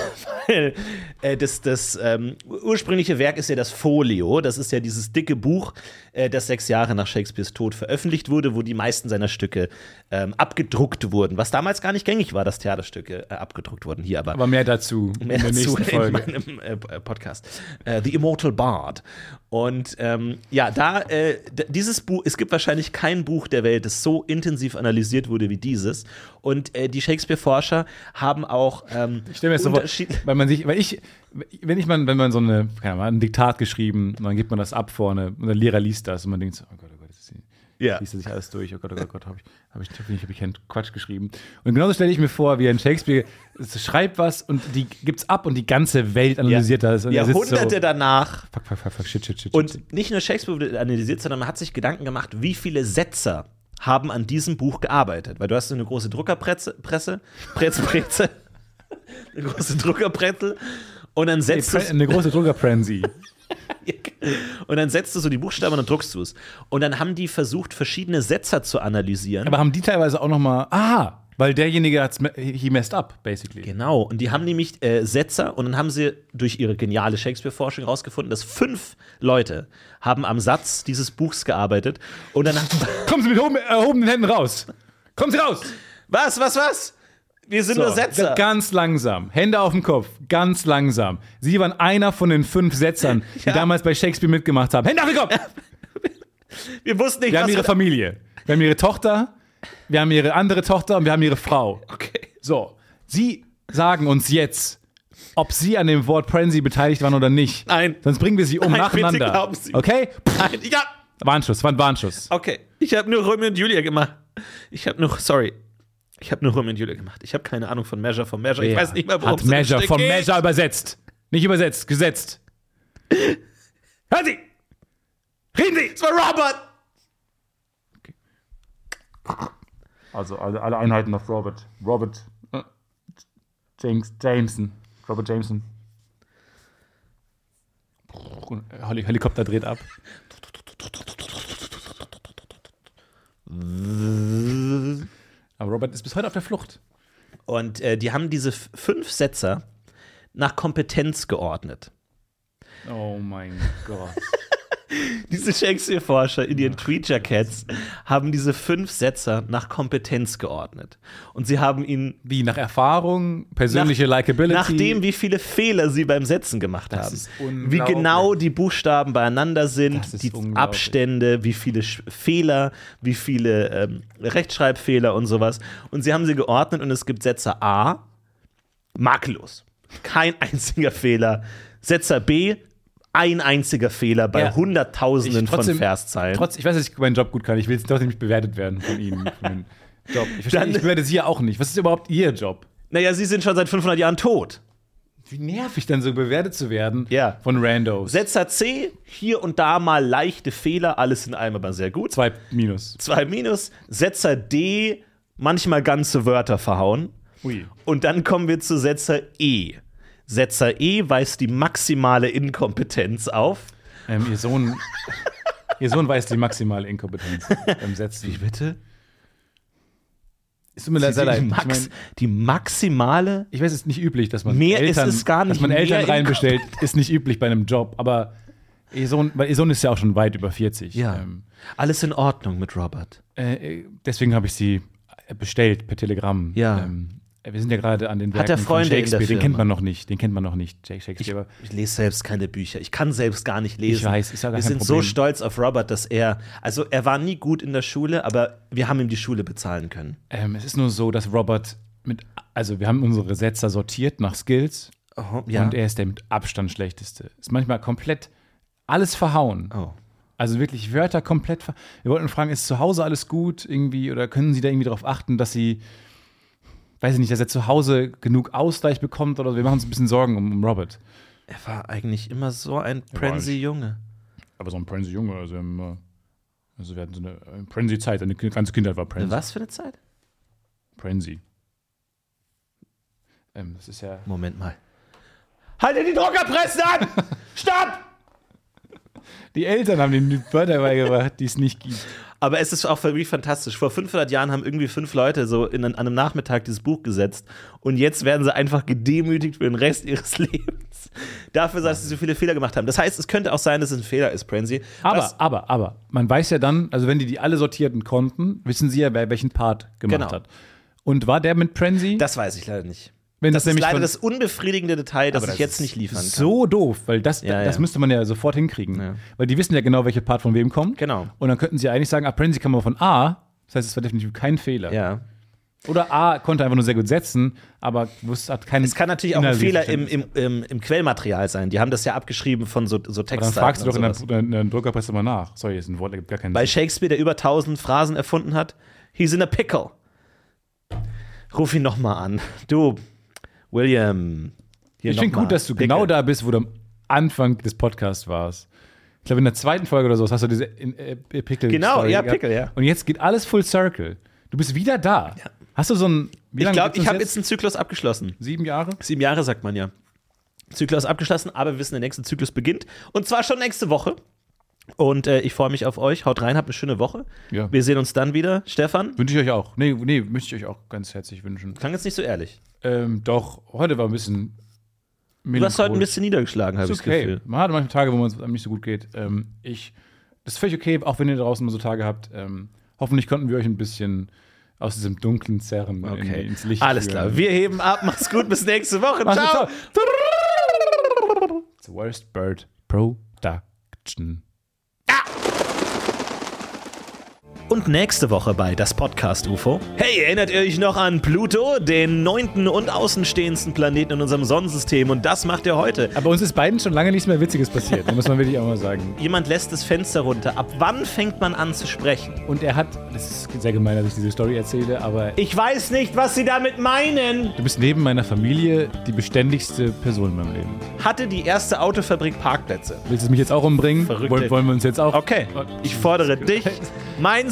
weil äh, das, das ähm, ursprüngliche Werk ist ja das Folio. Das ist ja dieses dicke Buch, äh, das sechs Jahre nach Shakespeares Tod veröffentlicht wurde, wo die meisten seiner Stücke ähm, abgedruckt wurden. Was damals gar nicht gängig war, dass Theaterstücke äh, abgedruckt wurden. Hier aber
Aber mehr dazu
mehr
in der
dazu
nächsten Folge.
in meinem äh, Podcast. Äh, The Immortal Bard. Und ähm, ja, da äh, d- dieses Buch, es gibt wahrscheinlich kein Buch der Welt, das so intensiv analysiert wurde wie dieses. Und äh, die Shakespeare-Forscher haben auch ähm,
Ich stell mir das so vor,
Unterschied-
weil man sich, weil ich, wenn ich mal, wenn man so eine, keine Ahnung, ein Diktat geschrieben und dann gibt man das ab vorne und der Lehrer liest das und man denkt so, oh Gott, oh Gott, das ist die,
Ja.
liest er sich alles durch, oh Gott, oh Gott, oh Gott, habe ich, hab ich, hab ich, hab ich keinen Quatsch geschrieben. Und genauso stelle ich mir vor, wie ein Shakespeare es schreibt was und die gibt's ab und die ganze Welt analysiert das. Und er sitzt
Jahrhunderte
so,
danach
fuck, fuck, fuck, fuck, shit, shit, shit. shit.
Und nicht nur Shakespeare wurde analysiert, sondern man hat sich Gedanken gemacht, wie viele Setzer haben an diesem Buch gearbeitet. Weil du hast so eine große Druckerpresse, Presse, Prez, Preze, *laughs* eine große Druckerpresse und dann
Die
setzt
Pre-
es
eine große
*laughs*
Druckerpranzy.
und dann setzt du so die Buchstaben und dann druckst du es. Und dann haben die versucht, verschiedene Setzer zu analysieren.
Aber haben die teilweise auch noch mal, ah, weil derjenige hat's, me- he messed up, basically.
Genau, und die haben nämlich äh, Setzer und dann haben sie durch ihre geniale Shakespeare-Forschung herausgefunden, dass fünf Leute haben am Satz dieses Buchs gearbeitet und dann haben *laughs*
Kommen Sie mit erhoben- erhobenen Händen raus. Kommen Sie raus.
Was, was, was? Wir sind nur Setzer.
Ga- Ganz langsam. Hände auf dem Kopf. Ganz langsam. Sie waren einer von den fünf Setzern, die damals bei Shakespeare mitgemacht haben. Hände auf den
*laughs*
Kopf.
Wir wussten nicht,
Wir haben
was
ihre Familie. Wir haben ihre Tochter. Wir haben ihre andere Tochter und wir haben ihre Frau.
Okay.
So. Sie sagen uns jetzt, ob Sie an dem Wort Pranzy beteiligt waren oder nicht.
*laughs* Nein.
Sonst bringen wir Sie um
Nein, bitte
nacheinander.
glauben Sie mir.
Okay? Pff,
Nein, ich hab,
Warnschuss, war ein Warnschuss.
okay, ich habe nur Romeo und Julia gemacht. Ich habe nur, sorry, ich habe nur Romeo und Julia gemacht. Ich habe keine Ahnung von Measure von Measure. Ich
Ja.
weiß nicht mehr, worum
Hat
es in dem
Measure
Stück
von
geht.
Measure übersetzt. Nicht übersetzt, gesetzt. Hören Sie! Reden Sie!
Es war Robert.
Also alle, alle Einheiten auf Robert. Robert. James, Jameson. Robert Jameson. Heli- Helikopter dreht ab. Aber Robert ist bis heute auf der Flucht.
Und äh, die haben diese f- fünf Setzer nach Kompetenz geordnet.
Oh mein Gott.
Diese Shakespeare-Forscher in ihren Creature Cats haben diese fünf Setzer nach Kompetenz geordnet. Und sie haben ihnen
*laughs* Wie, nach Erfahrung, persönliche Likability?
Nachdem, wie viele Fehler sie beim Setzen gemacht
Das
haben.
ist
wie
unglaublich.
genau die Buchstaben beieinander
Das ist
sind, die
unglaublich.
Abstände, wie viele Sch Fehler, wie viele ähm, Rechtschreibfehler und sowas. Und sie haben sie geordnet und es gibt Setzer A, makellos. Kein einziger Fehler. Setzer B, ein einziger Fehler bei
Ja.
Hunderttausenden
Ich trotzdem-
von Verszeilen.
Trotz, ich weiß, dass ich meinen Job gut kann. Ich will jetzt trotzdem nicht bewertet werden von Ihnen. Von dem Job. Ich, verstehe,
Dann-
ich bewerte Sie ja auch nicht. Was ist überhaupt Ihr Job?
Naja, sie sind schon seit 500 Jahren tot.
Wie nervig dann so bewertet zu werden
Ja.
von Randos.
Setzer C, hier und da mal leichte Fehler, alles in allem aber sehr gut.
Zwei Minus.
zwei Minus, Setzer D, manchmal ganze Wörter verhauen.
Ui.
Und dann kommen wir zu Setzer E. Setzer E weist die maximale Inkompetenz auf.
Ähm, ihr Sohn. ihr Sohn weiß die maximale Inkompetenz beim Setzen. Wie bitte? Es tut mir leid, sehr
Die,
leid. Ich,
Max,
mein,
die maximale.
ich weiß, es ist nicht üblich, dass man
Mehr ist
Eltern,
es gar nicht,
dass man Eltern
mehr
reinbestellt, ist nicht üblich bei einem Job. Aber ihr Sohn, weil ihr Sohn ist ja auch schon weit über 40. Ähm,
Alles in Ordnung mit Robert.
Äh, deswegen habe ich sie bestellt per Telegramm.
Ja.
Ähm, wir sind ja gerade an den Werken
Hat er Freunde in
von
der
Shakespeare. Den
Firma?
kennt man noch nicht. Den kennt man noch nicht. Shake-
Ich,
Shakespeare.
ich lese selbst keine Bücher. Ich kann selbst gar nicht lesen.
Ich weiß, ist ja gar
wir
kein
sind so
Problem.
stolz auf Robert, dass er. Also, er war nie gut in der Schule, aber wir haben ihm die Schule bezahlen können.
ähm, es ist nur so, dass Robert mit, also wir haben unsere Setzer sortiert nach Skills
Oh, ja.
und er ist der mit Abstand schlechteste. Ist manchmal komplett alles verhauen.
oh.
Also wirklich Wörter komplett. ver- Wir wollten fragen, ist zu Hause alles gut irgendwie oder können Sie da irgendwie darauf achten, dass Sie, weiß ich nicht, dass er zu Hause genug Ausgleich bekommt oder so? wir machen uns ein bisschen Sorgen um, um Robert.
Er war eigentlich immer so ein
war
pranzy Junge.
Aber so ein Prenzy-Junge, also, ähm, äh, also wir hatten so eine äh, Prenzy-Zeit, eine ki- ganze Kindheit war Prenzy.
Was für eine Zeit?
Prenzy. Ähm, das ist ja.
*laughs* Moment mal. Halte die Druckerpresse an! Stopp!
Die Eltern haben den Wörter beigebracht, die es nicht gibt.
Aber es ist auch wirklich fantastisch. Vor 500 Jahren haben irgendwie fünf Leute so in, an einem Nachmittag dieses Buch gesetzt und jetzt werden sie einfach gedemütigt für den Rest *laughs* ihres Lebens. Dafür, dass sie so viele Fehler gemacht haben. Das heißt, es könnte auch sein, dass es ein Fehler ist, Pranzi.
Aber,
Was-
aber, aber, man weiß ja dann, also wenn die die alle sortierten konnten, wissen sie ja, wer welchen Part gemacht
Genau.
hat. Und war der mit Prenzy?
das weiß ich leider nicht.
Wenn
Das, ist leider
von-
das unbefriedigende Detail, das,
Aber
ich jetzt nicht liefern kann.
So doof, weil das,
Ja,
das
ja.
müsste man ja sofort hinkriegen.
Ja.
Weil die wissen ja genau, welche Part von wem kommt.
Genau.
Und dann könnten sie eigentlich sagen, ah, Prenzy kann man von A, das heißt, es war definitiv kein Fehler.
Ja.
Oder A konnte einfach nur sehr gut setzen, aber wusste, hat keinen.
Es kann natürlich auch ein
inhaltlichen
Fehler im,
Verständnis.
im, im, im Quellmaterial sein. Die haben das ja abgeschrieben von so, so Texten.
Dann fragst du doch in der, in der Druckerpresse mal nach. Sorry, ist ein Wort, da gibt gar keinen
Weil Shakespeare, der über 1000 Phrasen erfunden hat, he's in a pickle. Ruf ihn nochmal an. Du, William. hier
Ich finde
noch mal.
gut, dass du
Pickle.
genau da bist, wo du am Anfang des Podcasts warst. Ich glaube, in der zweiten Folge oder so hast du diese in, äh, Pickel.
Genau, ja,
gehabt.
Pickel, ja.
Und jetzt geht alles full circle. Du bist wieder da. Hast du so ein. Wie
Ich
lange
glaube,
gibt's
ich habe
uns
jetzt einen Zyklus abgeschlossen.
Sieben Jahre?
Sieben Jahre, sagt man ja. Zyklus abgeschlossen, aber wir wissen, der nächste Zyklus beginnt. Und zwar schon nächste Woche. Und äh, ich freue mich auf euch. Haut rein, habt eine schöne Woche.
Ja.
Wir sehen uns dann wieder. Stefan,
Wünsche ich euch auch. Nee, nee, möchte ich euch auch ganz herzlich wünschen.
klang jetzt nicht so ehrlich.
Ähm, doch, heute war ein bisschen.
Du warst heute ein
melancholisch.
bisschen niedergeschlagen, habe ich
ist
das
okay.
Gefühl.
Man hat manchmal Tage, wo man es einem nicht so gut geht. Ähm, ich, das ist völlig okay, auch wenn ihr draußen mal so Tage habt. Ähm, hoffentlich konnten wir euch ein bisschen aus diesem dunklen Zerren
Okay.
in, ins Licht
Alles
führen.
klar. Wir heben ab. Mach's gut. Bis nächste Woche.
Mach's gut,
Ciao.
It's the worst bird production.
Und nächste Woche bei das Podcast UFO. Hey, erinnert ihr euch noch an Pluto, den neunten und außenstehendsten Planeten in unserem Sonnensystem? Und das macht er heute.
Aber uns ist beiden schon lange nichts mehr Witziges passiert, muss man wirklich auch mal sagen.
Jemand lässt das Fenster runter. Ab wann fängt man an zu sprechen?
Und er hat, das ist sehr gemein, dass ich diese Story erzähle, aber
Ich weiß nicht, was Sie damit meinen.
du bist neben meiner Familie die beständigste Person in meinem Leben.
Hatte die erste Autofabrik Parkplätze.
Willst du mich jetzt auch umbringen?
Verrückte.
Wollen, wollen wir uns jetzt auch?
Okay, ich fordere dich, mein